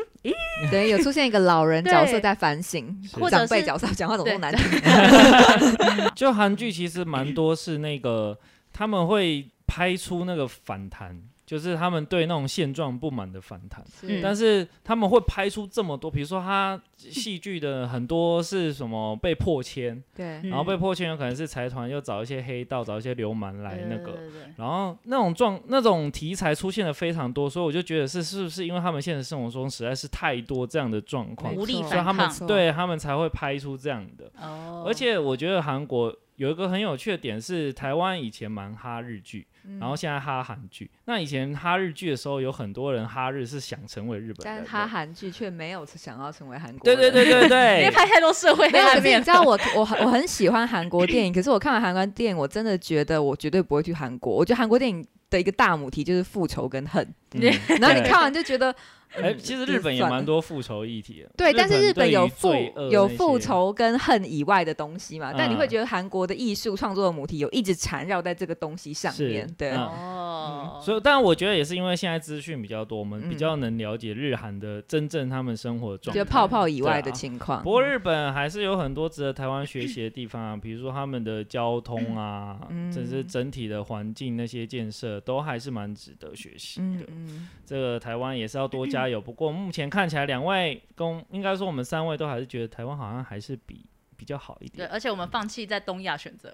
[SPEAKER 3] 等于有出现一个老人角色
[SPEAKER 1] 对
[SPEAKER 3] 在反省
[SPEAKER 2] 是，
[SPEAKER 1] 或者
[SPEAKER 3] 长辈
[SPEAKER 1] 是
[SPEAKER 3] 角色讲话怎么那么难
[SPEAKER 1] 对
[SPEAKER 3] 听？
[SPEAKER 1] 嗯
[SPEAKER 2] 就韩剧其实蛮多是那个他们会拍出那个反弹，就是他们对那种现状不满的反弹。
[SPEAKER 1] 嗯
[SPEAKER 2] 但是他们会拍出这么多，比如说他戏剧的很多是什么被破千，
[SPEAKER 3] 对，
[SPEAKER 1] 嗯
[SPEAKER 2] 然后被破千有可能是财团又找一些黑道、找一些流氓来那个，
[SPEAKER 1] 对对对
[SPEAKER 2] 然后那种状那种题材出现的非常多，所以我就觉得是是不是因为他们现实生活中实在是太多这样的状况
[SPEAKER 3] 没，
[SPEAKER 1] 无力
[SPEAKER 2] 所
[SPEAKER 3] 错
[SPEAKER 2] 以
[SPEAKER 1] 反
[SPEAKER 2] 他们
[SPEAKER 1] 抗
[SPEAKER 3] 错
[SPEAKER 2] 对他们才会拍出这样的。
[SPEAKER 1] 哦
[SPEAKER 2] 而且我觉得韩国有一个很有趣的点是，台湾以前蛮哈日剧，
[SPEAKER 3] 嗯
[SPEAKER 2] 然后现在哈韩剧。那以前哈日剧的时候，有很多人哈日是想成为日本
[SPEAKER 3] 但
[SPEAKER 2] 人
[SPEAKER 3] 是
[SPEAKER 2] 的，
[SPEAKER 3] 他韩剧却没有想要成为韩国，
[SPEAKER 2] 对对。对对
[SPEAKER 3] *laughs*
[SPEAKER 1] 因为
[SPEAKER 2] 对，
[SPEAKER 1] 拍太多社会黑
[SPEAKER 3] 没有，可
[SPEAKER 1] 暗
[SPEAKER 3] 是你
[SPEAKER 1] 面
[SPEAKER 3] 知，道我 *laughs* 我很我很喜欢韩国电影，可是我看完韩国电影，我真的觉得我绝对不会去韩国。我觉得韩国电影的一个大母题就是复仇
[SPEAKER 2] *laughs*
[SPEAKER 3] 跟恨，
[SPEAKER 2] 嗯
[SPEAKER 3] 然后你
[SPEAKER 2] 对
[SPEAKER 3] 看完就觉得，呃
[SPEAKER 2] 哎，其实日本也蛮多复仇议题的。
[SPEAKER 3] 对，但是日本
[SPEAKER 2] 对于
[SPEAKER 3] 有复
[SPEAKER 2] 罪恶
[SPEAKER 3] 有
[SPEAKER 2] 那些
[SPEAKER 3] 复，仇跟恨以外的东西嘛，但你会
[SPEAKER 2] 嗯
[SPEAKER 3] 觉得韩国的艺术创作的母题有一直缠绕在这个东西上
[SPEAKER 2] 是
[SPEAKER 3] 面，对，
[SPEAKER 2] 嗯
[SPEAKER 1] 哦，
[SPEAKER 2] 所以但我觉得也是因为现在资讯比较多，我们比
[SPEAKER 3] 嗯
[SPEAKER 2] 较能了解日韩的真正他们生活的状
[SPEAKER 3] 就
[SPEAKER 2] 态。
[SPEAKER 3] 泡泡以
[SPEAKER 2] 对
[SPEAKER 3] 外
[SPEAKER 2] 啊
[SPEAKER 3] 的情况。
[SPEAKER 2] 不过日本还是有很多值得台湾学习的地方啊，比如说他们的交通啊，
[SPEAKER 3] 嗯
[SPEAKER 2] 甚至整体的环境那些建设，都还是蛮值得学习
[SPEAKER 3] 嗯
[SPEAKER 2] 的。
[SPEAKER 3] 嗯，
[SPEAKER 2] 这个台湾也是要多加油。不过目前看起来，两位跟应该说我们三位都还是觉得台湾好像还是比比较好一
[SPEAKER 1] 对，
[SPEAKER 2] 点。
[SPEAKER 1] 而且我们放弃在东亚选
[SPEAKER 2] *laughs*
[SPEAKER 1] 择，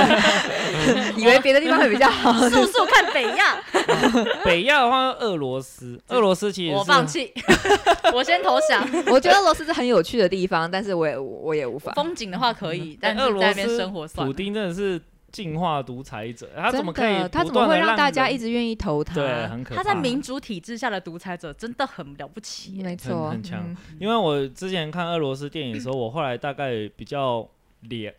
[SPEAKER 3] 嗯以为别的地方会比较好，
[SPEAKER 1] 速速看北亚，
[SPEAKER 2] 北亚的话，俄罗斯，俄罗斯其实
[SPEAKER 1] 我
[SPEAKER 2] 是
[SPEAKER 1] 放
[SPEAKER 2] *laughs*
[SPEAKER 1] 弃，我先投降。
[SPEAKER 3] 我觉得俄罗斯是很有趣的地方，但是我也我也无法。
[SPEAKER 1] 风景的话可以，但
[SPEAKER 2] 嗯哎俄
[SPEAKER 1] 是
[SPEAKER 2] 罗
[SPEAKER 1] 在那边
[SPEAKER 2] 斯
[SPEAKER 1] 生活算
[SPEAKER 2] 普
[SPEAKER 1] 了。
[SPEAKER 2] 丁真的是进化独裁者，他怎么可
[SPEAKER 3] 真
[SPEAKER 2] 以
[SPEAKER 3] 的他
[SPEAKER 2] 不
[SPEAKER 3] 怎么
[SPEAKER 2] 断地
[SPEAKER 3] 会让大家
[SPEAKER 2] 人
[SPEAKER 3] 一直愿意投他？
[SPEAKER 2] 对很可怕？
[SPEAKER 1] 他在民主体制下的独裁者真的很了不起耶，
[SPEAKER 3] 没错，
[SPEAKER 2] 很很强
[SPEAKER 3] 嗯
[SPEAKER 2] 因为我之前看俄罗斯电影的时候，我后来大概比较了，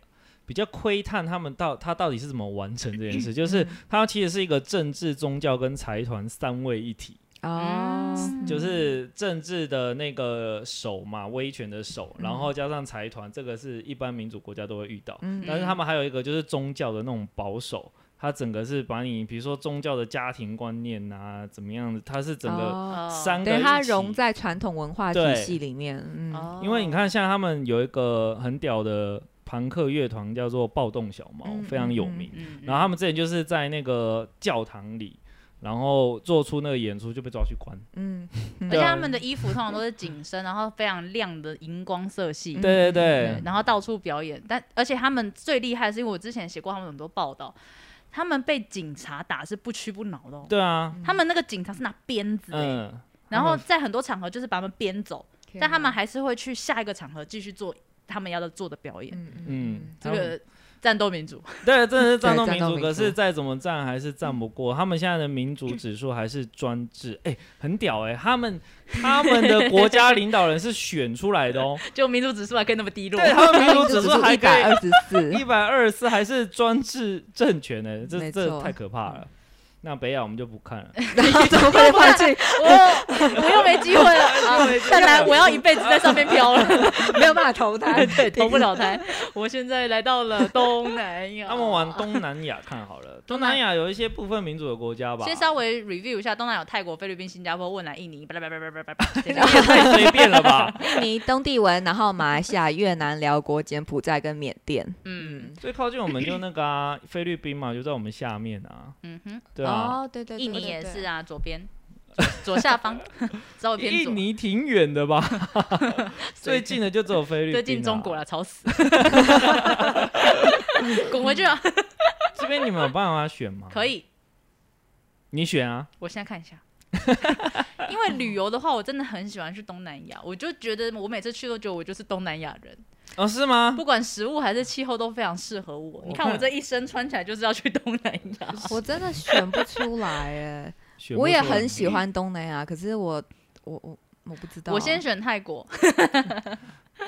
[SPEAKER 2] 比较窥探他们到他到底是怎么完成这件事，就是他其实是一个政治、宗教跟财团三位一体，
[SPEAKER 3] 哦，
[SPEAKER 2] 就是政治的那个手嘛，威权的手，然后加上财团，这个是一般民主国家都会遇到，
[SPEAKER 3] 嗯
[SPEAKER 2] 但是他们还有一个就是宗教的那种保守。他整个是把你，比如说宗教的家庭观念啊，怎么样的，他是整个
[SPEAKER 3] 哦
[SPEAKER 1] 哦
[SPEAKER 2] 三个一
[SPEAKER 3] 等于
[SPEAKER 2] 起，
[SPEAKER 3] 它融在传统文化体系里面，嗯，
[SPEAKER 1] 哦
[SPEAKER 2] 因为你看，像他们有一个很屌的朋克乐团叫做暴动小猫，
[SPEAKER 3] 嗯
[SPEAKER 2] 非常有名。
[SPEAKER 1] 嗯，
[SPEAKER 2] 然后他们之前就是在那个教堂里，然后做出那个演出就被抓去关。
[SPEAKER 3] 嗯，
[SPEAKER 1] 而
[SPEAKER 2] 对
[SPEAKER 1] 且
[SPEAKER 2] 啊
[SPEAKER 1] 他们的衣服通常都是紧身，然后非常亮的荧光色系，
[SPEAKER 3] 嗯
[SPEAKER 2] 对对
[SPEAKER 1] 对
[SPEAKER 2] 对，
[SPEAKER 1] 然后到处表演。但而且他们最厉害的是，因为我之前写过他们很多报道，他们被警察打是不屈不挠的、哦，
[SPEAKER 2] 对啊，
[SPEAKER 1] 他们那个警察是拿鞭子的欸、
[SPEAKER 2] 嗯，
[SPEAKER 1] 然
[SPEAKER 2] 他
[SPEAKER 1] 后
[SPEAKER 2] 们
[SPEAKER 1] 在很多场合就是把他们鞭走，但他们还是会去下一个场合继续做他们要的做的表演。
[SPEAKER 3] 嗯，嗯
[SPEAKER 2] 嗯，
[SPEAKER 1] 这
[SPEAKER 2] 他们
[SPEAKER 1] 个战斗民主， *laughs*
[SPEAKER 2] *laughs* 对，真的是战斗
[SPEAKER 3] 对
[SPEAKER 2] 民
[SPEAKER 3] 战斗
[SPEAKER 2] 族，
[SPEAKER 3] 民
[SPEAKER 2] 可是
[SPEAKER 3] 族
[SPEAKER 2] 再怎么战还是战不过。他们现在的民族指数还是专制，哎、很屌哎、他们他们的国家领导人是选出来的哦，
[SPEAKER 1] 就民主指数还可以那么低落。
[SPEAKER 2] 对他们民族
[SPEAKER 3] 就
[SPEAKER 2] 指
[SPEAKER 3] 只
[SPEAKER 2] 数还
[SPEAKER 3] 一
[SPEAKER 2] 可以
[SPEAKER 3] 百二十四，
[SPEAKER 2] *laughs* 一百二十四还是专制政权呢、这
[SPEAKER 3] 没
[SPEAKER 2] 这
[SPEAKER 3] 错
[SPEAKER 2] 太可怕了。那北亚我们就不看了，
[SPEAKER 3] *laughs* 然后怎么会换
[SPEAKER 1] *laughs*
[SPEAKER 3] 去？
[SPEAKER 1] 我我又没机
[SPEAKER 2] *laughs*
[SPEAKER 1] 会了，啊
[SPEAKER 2] 没机会
[SPEAKER 1] *laughs* 看来我要一辈子在上面飘了。
[SPEAKER 3] 没有办法投他，
[SPEAKER 1] *laughs* 对，投不了胎。我现在来到了东南亚，
[SPEAKER 2] *laughs* 那我们往东南亚看好
[SPEAKER 1] *laughs*
[SPEAKER 2] 了。东南亚有一些部分民主的国家吧，
[SPEAKER 1] 先稍微 review 一下东南亚：泰国、菲律宾、新加坡、汶莱、印尼，巴拉巴拉巴拉巴
[SPEAKER 2] *laughs*
[SPEAKER 1] 拉巴拉这样。
[SPEAKER 2] *laughs* 太随便了吧？ *laughs*
[SPEAKER 3] 印尼、东帝汶，然后马来西亚、越南、辽国、柬埔寨跟缅甸，
[SPEAKER 1] 嗯
[SPEAKER 2] 最靠近我们就那个啊，菲律宾嘛，就在我们下面啊，
[SPEAKER 1] 嗯哼，
[SPEAKER 2] 对啊。，
[SPEAKER 3] 哦对对
[SPEAKER 1] 印尼也是，啊，左边。左
[SPEAKER 2] *laughs*
[SPEAKER 1] 下方，稍微偏左
[SPEAKER 2] 印。尼挺远的
[SPEAKER 1] *laughs*
[SPEAKER 2] 吧？最近的就只有菲律宾、啊
[SPEAKER 1] 最近中国。了，吵死！ *laughs* 滚回去啊！
[SPEAKER 2] 这边你们有办法选吗？
[SPEAKER 1] *laughs* 可，以，
[SPEAKER 2] 你选啊。
[SPEAKER 1] 我现在看一下。因为旅游的话，我真的很喜欢去东南亚，我就觉得我每次去都觉得我就是东南亚人。
[SPEAKER 2] 哦，是吗？
[SPEAKER 1] 不管食物还是气候都非常适合我。你看
[SPEAKER 2] 看
[SPEAKER 1] 我这一身穿起来就是要去东南
[SPEAKER 3] *laughs*
[SPEAKER 1] 亚，
[SPEAKER 3] 我真的选不出来哎。
[SPEAKER 2] *laughs* 选不
[SPEAKER 3] 我也
[SPEAKER 2] 出来
[SPEAKER 3] 很喜欢东南亚，可是我我我我不知道啊，
[SPEAKER 1] 我先选泰国，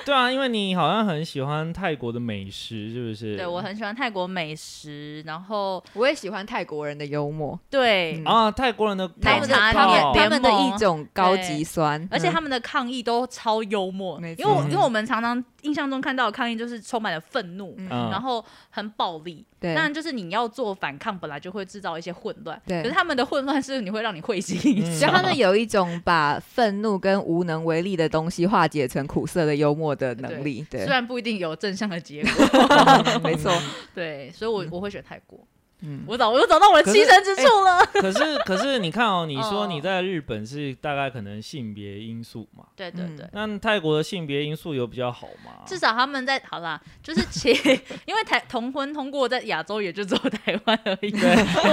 [SPEAKER 2] 对啊，因为你好像很喜欢泰国的美食，是不是？
[SPEAKER 1] 对我很喜欢泰国美食，然后
[SPEAKER 3] 我也喜欢泰国人的幽默，
[SPEAKER 1] 对，
[SPEAKER 3] 嗯
[SPEAKER 2] 啊，泰国人的
[SPEAKER 1] 奶
[SPEAKER 2] 广
[SPEAKER 1] 茶
[SPEAKER 2] 告嗯
[SPEAKER 1] 店
[SPEAKER 3] 他
[SPEAKER 1] 联
[SPEAKER 3] 们的
[SPEAKER 1] 盟
[SPEAKER 3] 一种高
[SPEAKER 1] 对
[SPEAKER 3] 级酸，
[SPEAKER 1] 而且
[SPEAKER 3] 嗯
[SPEAKER 1] 他们的抗议都超幽默，
[SPEAKER 3] 没
[SPEAKER 1] 因为我
[SPEAKER 2] 错
[SPEAKER 1] 因为我们常常印象中看到的抗议就是充满了愤怒，
[SPEAKER 3] 嗯
[SPEAKER 2] 嗯
[SPEAKER 1] 然后很暴力。
[SPEAKER 3] 对
[SPEAKER 1] 当然，就是你要做反抗，本来就会制造一些混乱。
[SPEAKER 3] 对
[SPEAKER 1] 可是他们的混乱是你会让你会心一
[SPEAKER 2] 嗯
[SPEAKER 1] 笑。
[SPEAKER 3] 就他们有一种把愤怒跟无能为力的东西化解成苦涩的幽默的能力，对
[SPEAKER 1] 虽，然不一定有正向的结果，
[SPEAKER 3] *laughs* 没错，
[SPEAKER 1] 对，所以我我会选泰国。
[SPEAKER 3] 嗯，哎
[SPEAKER 1] 我找我找到我的栖身之处了。
[SPEAKER 2] 可是可是你看哦，你说
[SPEAKER 1] 哦
[SPEAKER 2] 你在日本是大概可能性别因素嘛？
[SPEAKER 1] 对对
[SPEAKER 3] 嗯
[SPEAKER 1] 对，
[SPEAKER 2] 那泰国的性别因素有比较好吗？
[SPEAKER 1] 至少他们在好
[SPEAKER 3] *laughs*
[SPEAKER 1] 啦，就是其因为台同婚通过在亚洲也就只有台湾而
[SPEAKER 3] *laughs*
[SPEAKER 1] 已。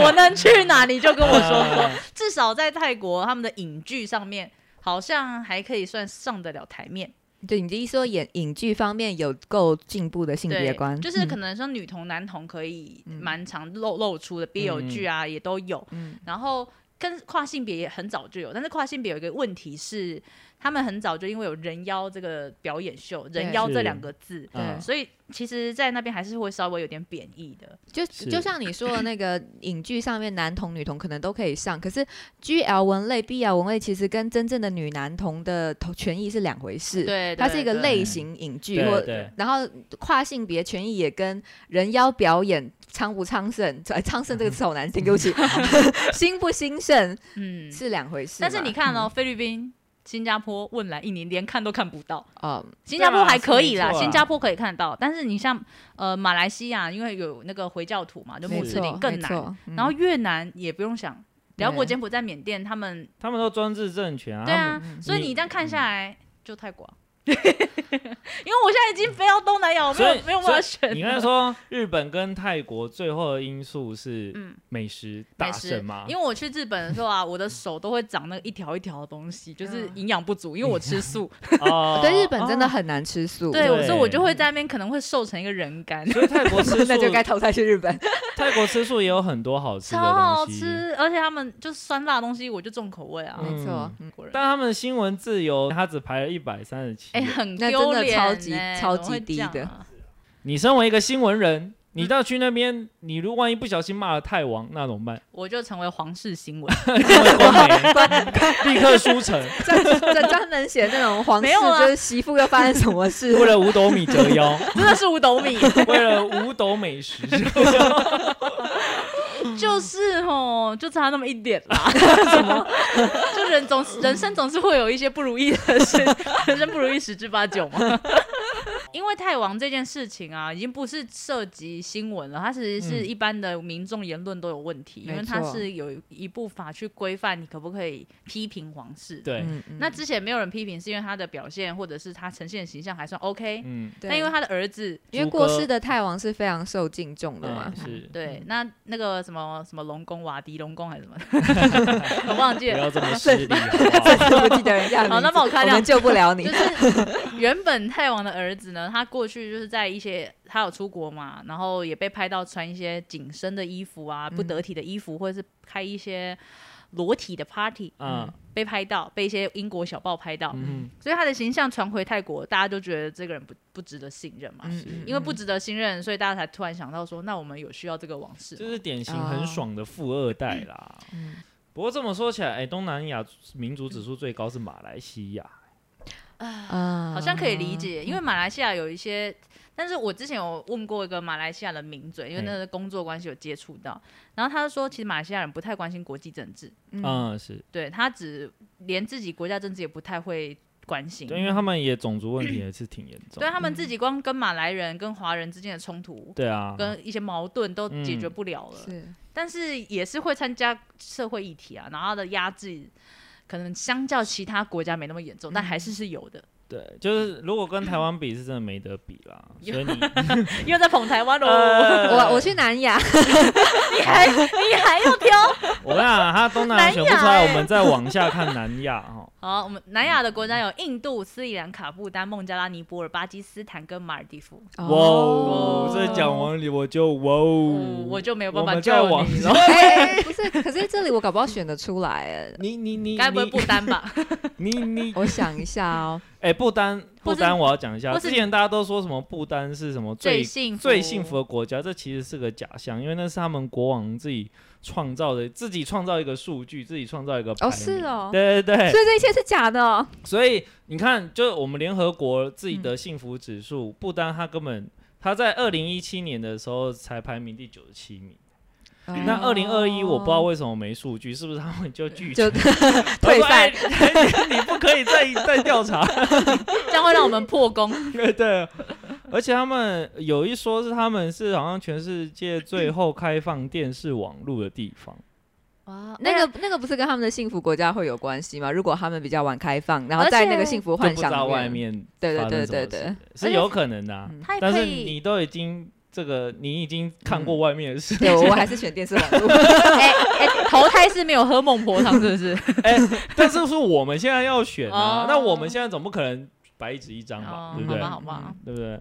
[SPEAKER 1] 我能去哪你就跟
[SPEAKER 2] 呃
[SPEAKER 1] 我说说。至少在泰国，他们的影剧上面好像还可以算上得了台面。
[SPEAKER 3] 对，你的意思说演影剧方面有够进步的性别
[SPEAKER 1] 对，
[SPEAKER 3] 观，
[SPEAKER 1] 就是可
[SPEAKER 3] 嗯
[SPEAKER 1] 能说女童、男童可以
[SPEAKER 3] 嗯
[SPEAKER 1] 蛮常露露出的 BL 剧啊，也都有。
[SPEAKER 3] 嗯
[SPEAKER 1] 然后跟跨性别也很早就有，但是跨性别有一个问题是，他们很早就因为有人妖这个表演秀，
[SPEAKER 3] 对
[SPEAKER 1] 人妖
[SPEAKER 2] 是
[SPEAKER 1] 这两个字，
[SPEAKER 2] 嗯
[SPEAKER 1] 所以其实，在那边还是会稍微有点贬义的。
[SPEAKER 3] 就是就像你说的那个影剧上面，男童、女童可能都可以上，可是 GL 文类、BL 文类其实跟真正的女男童的同权益是两回事。
[SPEAKER 1] 对，
[SPEAKER 3] 它是一个
[SPEAKER 1] 对
[SPEAKER 3] 类型影剧，
[SPEAKER 2] 对
[SPEAKER 3] 或
[SPEAKER 2] 对
[SPEAKER 3] 然后跨性别权益也跟人妖表演昌不昌盛，哎，昌盛这个词好难听，对不 *laughs* 起，兴不兴盛
[SPEAKER 1] 嗯，
[SPEAKER 3] 是两回事嘛。
[SPEAKER 1] 但是你看
[SPEAKER 2] 嗯
[SPEAKER 1] 哦，菲律宾、新加坡、汶莱、印尼连看都看不到，
[SPEAKER 3] 嗯，
[SPEAKER 1] 新加坡还可以啦，
[SPEAKER 2] 是没错啊
[SPEAKER 1] 新加坡可以看到，但是你像呃马来西亚，因为有那个回教徒嘛，就
[SPEAKER 3] 没
[SPEAKER 1] 穆斯
[SPEAKER 3] 错，
[SPEAKER 1] 林更
[SPEAKER 3] 没
[SPEAKER 1] 难，
[SPEAKER 3] 错。嗯
[SPEAKER 1] 然后越南也不用想，辽国、
[SPEAKER 3] 对
[SPEAKER 1] 柬埔寨、缅甸他们，
[SPEAKER 2] 他们都专制政权啊，
[SPEAKER 1] 对
[SPEAKER 2] 他们
[SPEAKER 3] 嗯
[SPEAKER 1] 啊，所以
[SPEAKER 2] 你
[SPEAKER 1] 你这样看下来就泰 *laughs* 国啊。因为我现在已经飞到东南亚，我没
[SPEAKER 2] 所以
[SPEAKER 1] 有没有办法选了。
[SPEAKER 2] 你刚才说日本跟泰国最后的因素是
[SPEAKER 1] 嗯
[SPEAKER 2] 美食
[SPEAKER 1] 美
[SPEAKER 2] 大
[SPEAKER 1] 食
[SPEAKER 2] 胜吗？
[SPEAKER 1] *laughs* 因为我去日本的时候啊，我的手都会长那一条一条的东西，就是
[SPEAKER 2] 嗯
[SPEAKER 1] 营养不足，因为我吃素。
[SPEAKER 2] 哦
[SPEAKER 3] 对日本真的很难吃素，
[SPEAKER 2] *laughs*
[SPEAKER 1] 对，
[SPEAKER 2] 对
[SPEAKER 1] 所以我就会在那边可能会瘦成一个人干，
[SPEAKER 2] 哦所以泰国吃素，
[SPEAKER 3] *laughs* *laughs* 那就该淘汰去日本。
[SPEAKER 2] 泰国吃素也有很多好吃的
[SPEAKER 1] *laughs* 超好
[SPEAKER 2] 东西，
[SPEAKER 1] 吃，而且他们就酸辣的东西我就重口味啊，
[SPEAKER 2] 嗯
[SPEAKER 3] 没错，嗯。 *laughs*
[SPEAKER 1] 国人
[SPEAKER 2] 但他们的新闻自由，他只排了一百三十七
[SPEAKER 1] 哎、。很
[SPEAKER 3] 那
[SPEAKER 1] 丢
[SPEAKER 3] 真的
[SPEAKER 1] 脸
[SPEAKER 3] 超
[SPEAKER 1] 欸
[SPEAKER 3] 级
[SPEAKER 1] 怎
[SPEAKER 3] 超
[SPEAKER 1] 么
[SPEAKER 3] 级
[SPEAKER 1] 会
[SPEAKER 3] 低
[SPEAKER 1] 这样
[SPEAKER 3] 的
[SPEAKER 1] 啊
[SPEAKER 2] 你身为一个新闻人，你到去那边，你如万一不小心骂了泰王，那怎么办？
[SPEAKER 1] 我就成为皇室新闻， *laughs*
[SPEAKER 2] 成为官媒，立刻输成，
[SPEAKER 3] 专专专门写那种皇室，
[SPEAKER 1] 没有啊
[SPEAKER 3] 就是媳妇又发生什么
[SPEAKER 1] *laughs*
[SPEAKER 3] 事
[SPEAKER 2] 为了五斗米折腰，
[SPEAKER 1] 真的是五斗米，
[SPEAKER 2] 为了五斗美食。
[SPEAKER 1] 就是哦，就差那么一点啦，什么？就人总人生总是会有一些不如意的事， *laughs* 人生不如意十之八九嘛。 *laughs* 因为泰王这件事情啊，已经不是涉及新闻了，它其实是
[SPEAKER 2] 嗯
[SPEAKER 1] 一般的民众言论都有问题，因为
[SPEAKER 3] 没
[SPEAKER 1] 它
[SPEAKER 3] 错
[SPEAKER 1] 是有一部法去规范你可不可以批评皇室的。
[SPEAKER 2] 对，
[SPEAKER 3] 嗯，
[SPEAKER 1] 那
[SPEAKER 3] 嗯
[SPEAKER 1] 之前没有人批评，是因为他的表现或者是他呈现的形象还算 OK，、
[SPEAKER 2] 嗯，
[SPEAKER 3] 对
[SPEAKER 1] 但因为他的儿子，
[SPEAKER 3] 因为过世的泰王是非常受敬重的嘛
[SPEAKER 2] 嗯，
[SPEAKER 3] *laughs*
[SPEAKER 2] 是，
[SPEAKER 1] 对，那那个什么什么龙宫瓦迪龙宫还是什
[SPEAKER 2] *laughs*
[SPEAKER 1] 么，我忘
[SPEAKER 2] 不
[SPEAKER 1] 记 *laughs* 了。
[SPEAKER 2] 要这么势利，好不 *laughs* 好？
[SPEAKER 3] 不记得人家的名字
[SPEAKER 1] 好那帮我看一
[SPEAKER 3] 我
[SPEAKER 1] 下
[SPEAKER 3] 们救不
[SPEAKER 1] *laughs*
[SPEAKER 3] 了
[SPEAKER 1] 就
[SPEAKER 3] 你。
[SPEAKER 1] 是原本泰王的儿子呢，他过去就是在一些他有出国嘛，然后也被拍到穿一些紧身的衣服
[SPEAKER 2] 嗯
[SPEAKER 1] 啊，不得体的衣服，或者是开一些裸体的 party，
[SPEAKER 2] 嗯
[SPEAKER 1] 被拍到，被一些英国小报拍到，
[SPEAKER 2] 嗯，
[SPEAKER 1] 所以他的形象传回泰国，大家都觉得这个人不不值得信任嘛，
[SPEAKER 3] 嗯嗯
[SPEAKER 1] 因为不值得信任，所以大家才突然想到说，那我们有需要这个王室吗。
[SPEAKER 2] 就是哦嗯典型很爽的富二代啦。不过这么说起来，哎，东南亚民族指数最高是马来西亚。
[SPEAKER 3] 嗯
[SPEAKER 1] 好像可以理解，
[SPEAKER 2] 嗯
[SPEAKER 1] 因为马来西亚有一些，但是我之前有问过一个马来西亚的名嘴，因为那个工作关系有接触到，然后他就说，其实马来西亚人不太关心国际政治，
[SPEAKER 3] 嗯
[SPEAKER 2] 嗯，是
[SPEAKER 1] 对他只连自己国家政治也不太会关心，
[SPEAKER 2] 对，因为他们也种族问题也是挺严重
[SPEAKER 1] 对
[SPEAKER 2] 的。
[SPEAKER 1] 他们自己光跟马来人跟华人之间的冲突。
[SPEAKER 2] 对啊，嗯
[SPEAKER 1] 跟一些矛盾都解决不了了，
[SPEAKER 3] 是
[SPEAKER 1] 但是也是会参加社会
[SPEAKER 2] 嗯
[SPEAKER 1] 议题啊，然后他的压制可能相较其他国家没那么严重，但还是是有的。 *laughs*
[SPEAKER 2] 对，就是如果跟台湾比，是真的没得比啦。所
[SPEAKER 1] *laughs*
[SPEAKER 2] 以你
[SPEAKER 1] 又在捧台湾喽、
[SPEAKER 2] 呃
[SPEAKER 3] 我我去南亚，
[SPEAKER 1] 你还你还要挑？
[SPEAKER 2] *laughs* 我跟你讲，他东南亚选不出
[SPEAKER 1] 南亚
[SPEAKER 2] 来，
[SPEAKER 1] 欸
[SPEAKER 2] 我们再往下看南亚
[SPEAKER 3] *laughs*
[SPEAKER 2] 哈。
[SPEAKER 1] 好，我们南亚的国家有印度、斯里兰卡、不丹、孟加拉、尼泊尔、巴基斯坦跟马尔地夫。
[SPEAKER 2] 哇哦，这讲完里我就哇哦
[SPEAKER 1] 嗯，我就没有
[SPEAKER 2] 我
[SPEAKER 1] 办法
[SPEAKER 2] 们
[SPEAKER 1] 救
[SPEAKER 2] 再往
[SPEAKER 1] 你
[SPEAKER 2] 下 *laughs*
[SPEAKER 1] 了。
[SPEAKER 3] 哎，哎不是，可是这里我搞不好选得出来哎，
[SPEAKER 2] 你你你，
[SPEAKER 1] 该不会不丹吧？
[SPEAKER 2] 你你
[SPEAKER 3] 我想一
[SPEAKER 1] *laughs*
[SPEAKER 3] 下哦，
[SPEAKER 2] 哎，不丹
[SPEAKER 1] 或
[SPEAKER 2] 不
[SPEAKER 1] 是
[SPEAKER 2] 丹，我要讲一下。
[SPEAKER 1] 或是
[SPEAKER 2] 之前大家都说什么不丹是什么最
[SPEAKER 1] 最幸福
[SPEAKER 2] 最幸福的国家，这其实是个假象，因为那是他们国王自己创造的，自己创造一个数据，自己创造一个排
[SPEAKER 3] 哦
[SPEAKER 2] 名
[SPEAKER 3] 是。哦，
[SPEAKER 2] 对对对
[SPEAKER 1] 哎
[SPEAKER 3] 所，以这一切是假的哦，
[SPEAKER 2] 所以你看，就是我们联合国自己
[SPEAKER 3] 嗯
[SPEAKER 2] 的幸福指数，不丹它根本它在二零一七年的时候才排名第九十七名，
[SPEAKER 1] 哎
[SPEAKER 2] 那
[SPEAKER 3] 哦
[SPEAKER 2] 二零二一我不知道为什么没数据，是不是他们就拒
[SPEAKER 3] 就
[SPEAKER 2] 绝
[SPEAKER 3] 退
[SPEAKER 2] 赛
[SPEAKER 3] 赛？
[SPEAKER 2] 哎 *laughs* 你不可以再再调查，
[SPEAKER 1] 这样会让我们破功。
[SPEAKER 2] 对对。啊而且他们有一说是他们是好像全世界最后开放电视网络的地方，
[SPEAKER 1] 哇，
[SPEAKER 3] 那个那个不是跟他们的幸福国家会有关系吗？如果他们比较晚开放，然后
[SPEAKER 1] 而
[SPEAKER 3] 在
[SPEAKER 1] 且
[SPEAKER 3] 那个幸福
[SPEAKER 2] 就
[SPEAKER 3] 幻
[SPEAKER 2] 不知
[SPEAKER 3] 想
[SPEAKER 2] 道
[SPEAKER 3] 里
[SPEAKER 2] 外
[SPEAKER 3] 面，
[SPEAKER 2] 面
[SPEAKER 3] 对对
[SPEAKER 2] 发
[SPEAKER 3] 对
[SPEAKER 2] 生什么
[SPEAKER 3] 对
[SPEAKER 2] 事
[SPEAKER 3] 对，
[SPEAKER 2] 是有可能的啊、
[SPEAKER 3] 嗯
[SPEAKER 1] 他也
[SPEAKER 2] 但
[SPEAKER 1] 可
[SPEAKER 2] 是
[SPEAKER 1] 以
[SPEAKER 2] 你都已经这个，你已经看过外面的世界
[SPEAKER 3] *laughs* 嗯对，我
[SPEAKER 2] *laughs*
[SPEAKER 3] 还是选电视网络。
[SPEAKER 1] 哎哎，投胎是没有喝孟婆汤是
[SPEAKER 2] *laughs*
[SPEAKER 1] 不是？
[SPEAKER 2] 哎、
[SPEAKER 3] *laughs*
[SPEAKER 2] 但是是我们现在要选啊
[SPEAKER 1] 哦，
[SPEAKER 2] 那我们现在总不可能白纸一张吧，
[SPEAKER 1] 哦
[SPEAKER 2] 对不
[SPEAKER 1] 好
[SPEAKER 2] 对嗯
[SPEAKER 1] 吧？好吧，
[SPEAKER 2] 对不对？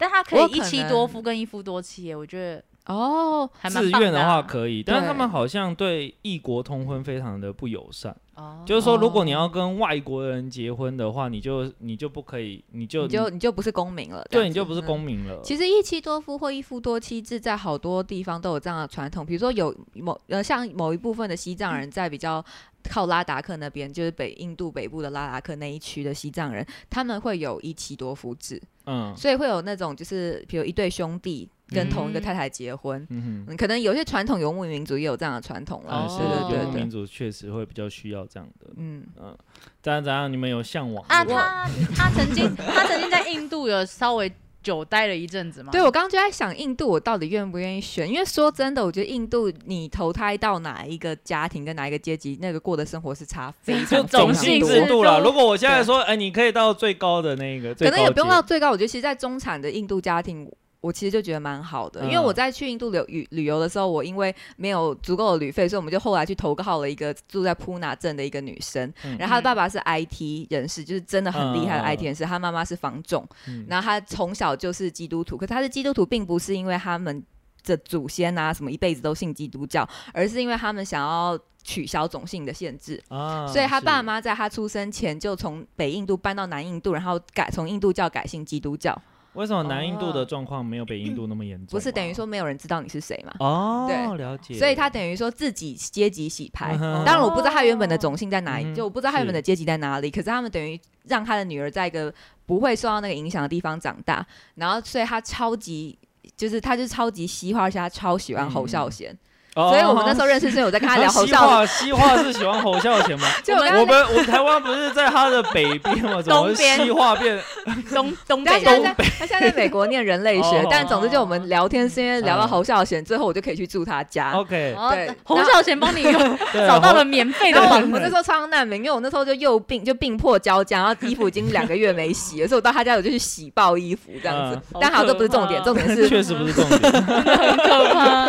[SPEAKER 1] 但他可
[SPEAKER 3] 我
[SPEAKER 1] 以
[SPEAKER 3] 可
[SPEAKER 1] 一妻
[SPEAKER 3] 能
[SPEAKER 1] 多夫跟一夫多妻耶，我觉得
[SPEAKER 3] *laughs* 哦，
[SPEAKER 1] 还蛮
[SPEAKER 2] 自
[SPEAKER 1] 棒
[SPEAKER 2] 愿的
[SPEAKER 1] 啊
[SPEAKER 2] 话可以，但是他
[SPEAKER 3] 对
[SPEAKER 2] 们好像对异国通婚非常的不友善，
[SPEAKER 1] 哦
[SPEAKER 2] 就是说，如果你
[SPEAKER 3] 哦
[SPEAKER 2] 要跟外国人结婚的话，你就你就不可以，你就
[SPEAKER 3] 你就你就不是公民了，这
[SPEAKER 2] 对，
[SPEAKER 3] 样子
[SPEAKER 2] 你就不是。
[SPEAKER 3] 嗯
[SPEAKER 2] 公民了。
[SPEAKER 3] 其实一妻多夫或一夫多妻制在好多地方都有这样的传统，比如说有某呃像某一部分的西藏人在比较靠拉达克那边，就是北印度北部的拉达克那一区的西藏人，他们会有一妻多夫制，
[SPEAKER 2] 嗯
[SPEAKER 3] 所以会有那种就是比如一对兄弟跟同一个
[SPEAKER 1] 嗯
[SPEAKER 3] 太太结婚，
[SPEAKER 2] 嗯哼。
[SPEAKER 3] 嗯，可能有些传统游牧民族也有这样的传统了，
[SPEAKER 2] 但
[SPEAKER 1] 哦
[SPEAKER 2] 是
[SPEAKER 3] 对
[SPEAKER 2] 游
[SPEAKER 3] 对
[SPEAKER 2] 牧
[SPEAKER 3] 对对
[SPEAKER 2] 民，族确实会比较需要这样的，
[SPEAKER 3] 嗯，
[SPEAKER 2] 嗯，怎样怎样？你们有向往
[SPEAKER 1] 啊，
[SPEAKER 2] 对吧
[SPEAKER 1] 他他曾经他曾经在印度有稍微久待了一阵子嘛，
[SPEAKER 3] 对我刚刚就在想印度，我到底愿不愿意选？因为说真的，我觉得印度你投胎到哪一个家庭跟哪一个阶级，那个过的生活是差非
[SPEAKER 2] *laughs* 就
[SPEAKER 3] 常非
[SPEAKER 2] 种
[SPEAKER 3] 常
[SPEAKER 2] 姓
[SPEAKER 3] 多
[SPEAKER 2] 制
[SPEAKER 1] 制。
[SPEAKER 2] 度啦。如果我现在
[SPEAKER 3] *laughs* 对
[SPEAKER 2] 说，哎，你可以到最高的那个，最
[SPEAKER 3] 可能也
[SPEAKER 2] 高
[SPEAKER 3] 不用
[SPEAKER 2] 阶
[SPEAKER 3] 到最高，我觉得其实，在中产的印度家庭。我其实就觉得蛮好的，因为
[SPEAKER 2] 嗯
[SPEAKER 3] 我在去印度旅旅旅游的时候，我因为没有足够的旅费，所以我们就后来去投靠了一个住在普纳镇的一个女生，
[SPEAKER 2] 嗯
[SPEAKER 3] 然后她的爸爸是 IT 人士，就是真的很厉害的 IT 人士，她妈妈是房仲，
[SPEAKER 2] 嗯
[SPEAKER 3] 然后他从小就是基督徒，可是他是基督徒，并不是因为他们的祖先啊什么一辈子都信基督教，而是因为他们想要取消种姓的限制，
[SPEAKER 2] 啊，
[SPEAKER 3] 所以他
[SPEAKER 2] 是
[SPEAKER 3] 爸妈在他出生前就从北印度搬到南印度，然后改从印度教改信基督教，
[SPEAKER 2] 为什么南印度
[SPEAKER 1] 哦
[SPEAKER 2] 的状况没有北印度那么严重啊？
[SPEAKER 3] 不是等于说没有人知道你是谁嘛？
[SPEAKER 2] 哦，
[SPEAKER 3] 对
[SPEAKER 2] 了解。
[SPEAKER 3] 所以他等于说自己阶级洗牌。
[SPEAKER 2] 嗯哼
[SPEAKER 3] 当然我不知道他原本的种姓在哪
[SPEAKER 2] 嗯
[SPEAKER 3] 里，
[SPEAKER 2] 哼
[SPEAKER 3] 就我不知道他原本的
[SPEAKER 2] 是
[SPEAKER 3] 阶级在哪里。可是他们等于让他的女儿在一个不会受到那个影响的地方长大，然后所以他超级。就是他，就是超级西化，而且他超喜欢侯孝贤，
[SPEAKER 2] 哦，
[SPEAKER 3] 所以我们那时候认识是有在跟他
[SPEAKER 2] *laughs*
[SPEAKER 3] 聊侯
[SPEAKER 2] 西
[SPEAKER 3] 孝贤，
[SPEAKER 2] 化西化是喜欢侯孝贤吗？
[SPEAKER 3] *laughs* 就我跟他
[SPEAKER 2] 我们我们台湾不是在他的北边
[SPEAKER 3] *laughs*
[SPEAKER 2] 吗？怎么
[SPEAKER 1] 东边
[SPEAKER 2] 西化变？
[SPEAKER 1] 东东
[SPEAKER 3] 他
[SPEAKER 1] 北
[SPEAKER 3] 现在
[SPEAKER 1] 东
[SPEAKER 3] 在他现在在美国念人类学
[SPEAKER 2] *laughs* 哦，嗯
[SPEAKER 3] 但总之就我们聊天是因为聊到侯孝贤，之后我就可以去住他家，
[SPEAKER 2] OK，
[SPEAKER 1] 哦
[SPEAKER 3] 对
[SPEAKER 1] 洪孝贤帮你
[SPEAKER 2] *laughs*
[SPEAKER 1] 用
[SPEAKER 2] 对
[SPEAKER 1] 找到
[SPEAKER 2] 侯
[SPEAKER 1] 了免费的
[SPEAKER 3] 然后
[SPEAKER 1] 房
[SPEAKER 3] 我我那
[SPEAKER 1] 子
[SPEAKER 3] 时，候超难民，因为我那时候就又病，就病破交加，然后衣服已经两个月没洗了，所以我到他家我就去洗爆衣服这样子。
[SPEAKER 1] 嗯
[SPEAKER 3] 但好，这不是重点，
[SPEAKER 1] 好可
[SPEAKER 3] 重
[SPEAKER 1] 怕
[SPEAKER 3] 点
[SPEAKER 1] *laughs*
[SPEAKER 3] 是
[SPEAKER 2] 确实不是重点。
[SPEAKER 1] 很可怕。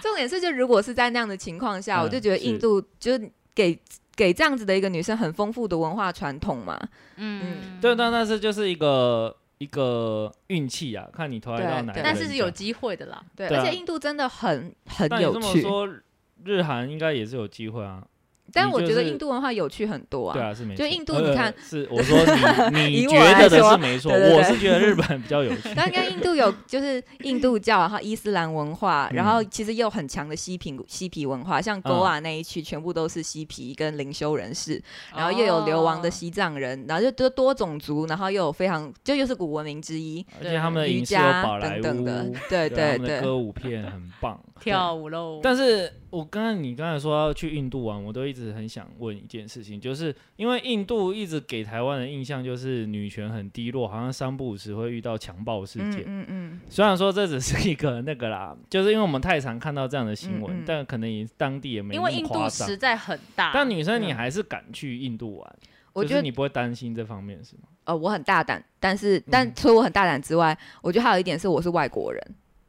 [SPEAKER 3] 重点是，就如果是在那样的情况下，
[SPEAKER 2] 嗯
[SPEAKER 3] 我就觉得印度就是给给这样子的一个女生很丰富的文化传统嘛。
[SPEAKER 1] 嗯，
[SPEAKER 2] 对，但但是就是一个一个运气啊，看你投胎到哪
[SPEAKER 3] 对
[SPEAKER 2] 一个
[SPEAKER 3] 对
[SPEAKER 2] 人家。
[SPEAKER 1] 但是是有机会的啦。
[SPEAKER 3] 对，
[SPEAKER 2] 对啊
[SPEAKER 3] 而且印度真的很很
[SPEAKER 2] 但你
[SPEAKER 3] 有
[SPEAKER 2] 这么
[SPEAKER 3] 趣，
[SPEAKER 2] 说，日韩应该也是有机会啊。
[SPEAKER 3] 但我
[SPEAKER 2] 你
[SPEAKER 3] 觉
[SPEAKER 2] 就是
[SPEAKER 3] 得印度文化有趣很多
[SPEAKER 2] 对
[SPEAKER 3] 啊。
[SPEAKER 2] 啊，是没
[SPEAKER 3] 就
[SPEAKER 2] 错
[SPEAKER 3] 印度你看
[SPEAKER 2] 呃是我说你
[SPEAKER 3] *laughs*
[SPEAKER 2] 你
[SPEAKER 3] 以我
[SPEAKER 2] 觉得的是没错，
[SPEAKER 3] 来说对对
[SPEAKER 2] 我
[SPEAKER 3] 对
[SPEAKER 2] 是觉得日本比较有
[SPEAKER 3] *laughs*
[SPEAKER 2] 趣。
[SPEAKER 3] 但应该印度有就是印度教，然后伊斯兰文化，
[SPEAKER 2] 嗯
[SPEAKER 3] 然后其实也有很强的嬉皮嬉皮文化，像狗瓦那一区全部都是嬉皮跟灵修人士，然后又有流
[SPEAKER 1] 哦
[SPEAKER 3] 亡的西藏人，然后就多多种族，然后又有非常就又是古文明之一，
[SPEAKER 2] 而且他们的
[SPEAKER 3] 瑜
[SPEAKER 2] 影视有
[SPEAKER 3] 伽
[SPEAKER 2] 宝莱
[SPEAKER 3] 等等的
[SPEAKER 2] 坞，，对
[SPEAKER 3] 对对
[SPEAKER 2] 他们的
[SPEAKER 3] 对。
[SPEAKER 2] 歌舞片很棒。
[SPEAKER 1] 跳舞喽。
[SPEAKER 2] 但是我刚刚你刚才说要去印度玩，我都一直很想问一件事情，就是因为印度一直给台湾的印象就是女权很低落，好像三不五时会遇到强暴事件。
[SPEAKER 1] 嗯嗯
[SPEAKER 2] *laughs* 虽然说这只是一个那个啦，就是因为我们太常看到这样的新闻，
[SPEAKER 1] 嗯嗯
[SPEAKER 2] 但可能也当地也
[SPEAKER 1] 嗯，
[SPEAKER 2] 没
[SPEAKER 1] 因
[SPEAKER 2] 那
[SPEAKER 1] 为
[SPEAKER 2] 么
[SPEAKER 1] 印
[SPEAKER 2] 夸
[SPEAKER 1] 度
[SPEAKER 2] 张。
[SPEAKER 1] 实在很大。
[SPEAKER 2] 但女生你
[SPEAKER 1] 嗯
[SPEAKER 2] 还是敢去印度玩，
[SPEAKER 3] 我
[SPEAKER 2] 就
[SPEAKER 3] 觉
[SPEAKER 2] 是
[SPEAKER 3] 得
[SPEAKER 2] 你不会担心这方面是吗？
[SPEAKER 3] 呃，我很大胆，但是但
[SPEAKER 2] 嗯
[SPEAKER 3] 除了我很大胆之外，我觉得还有一点是我是外国人。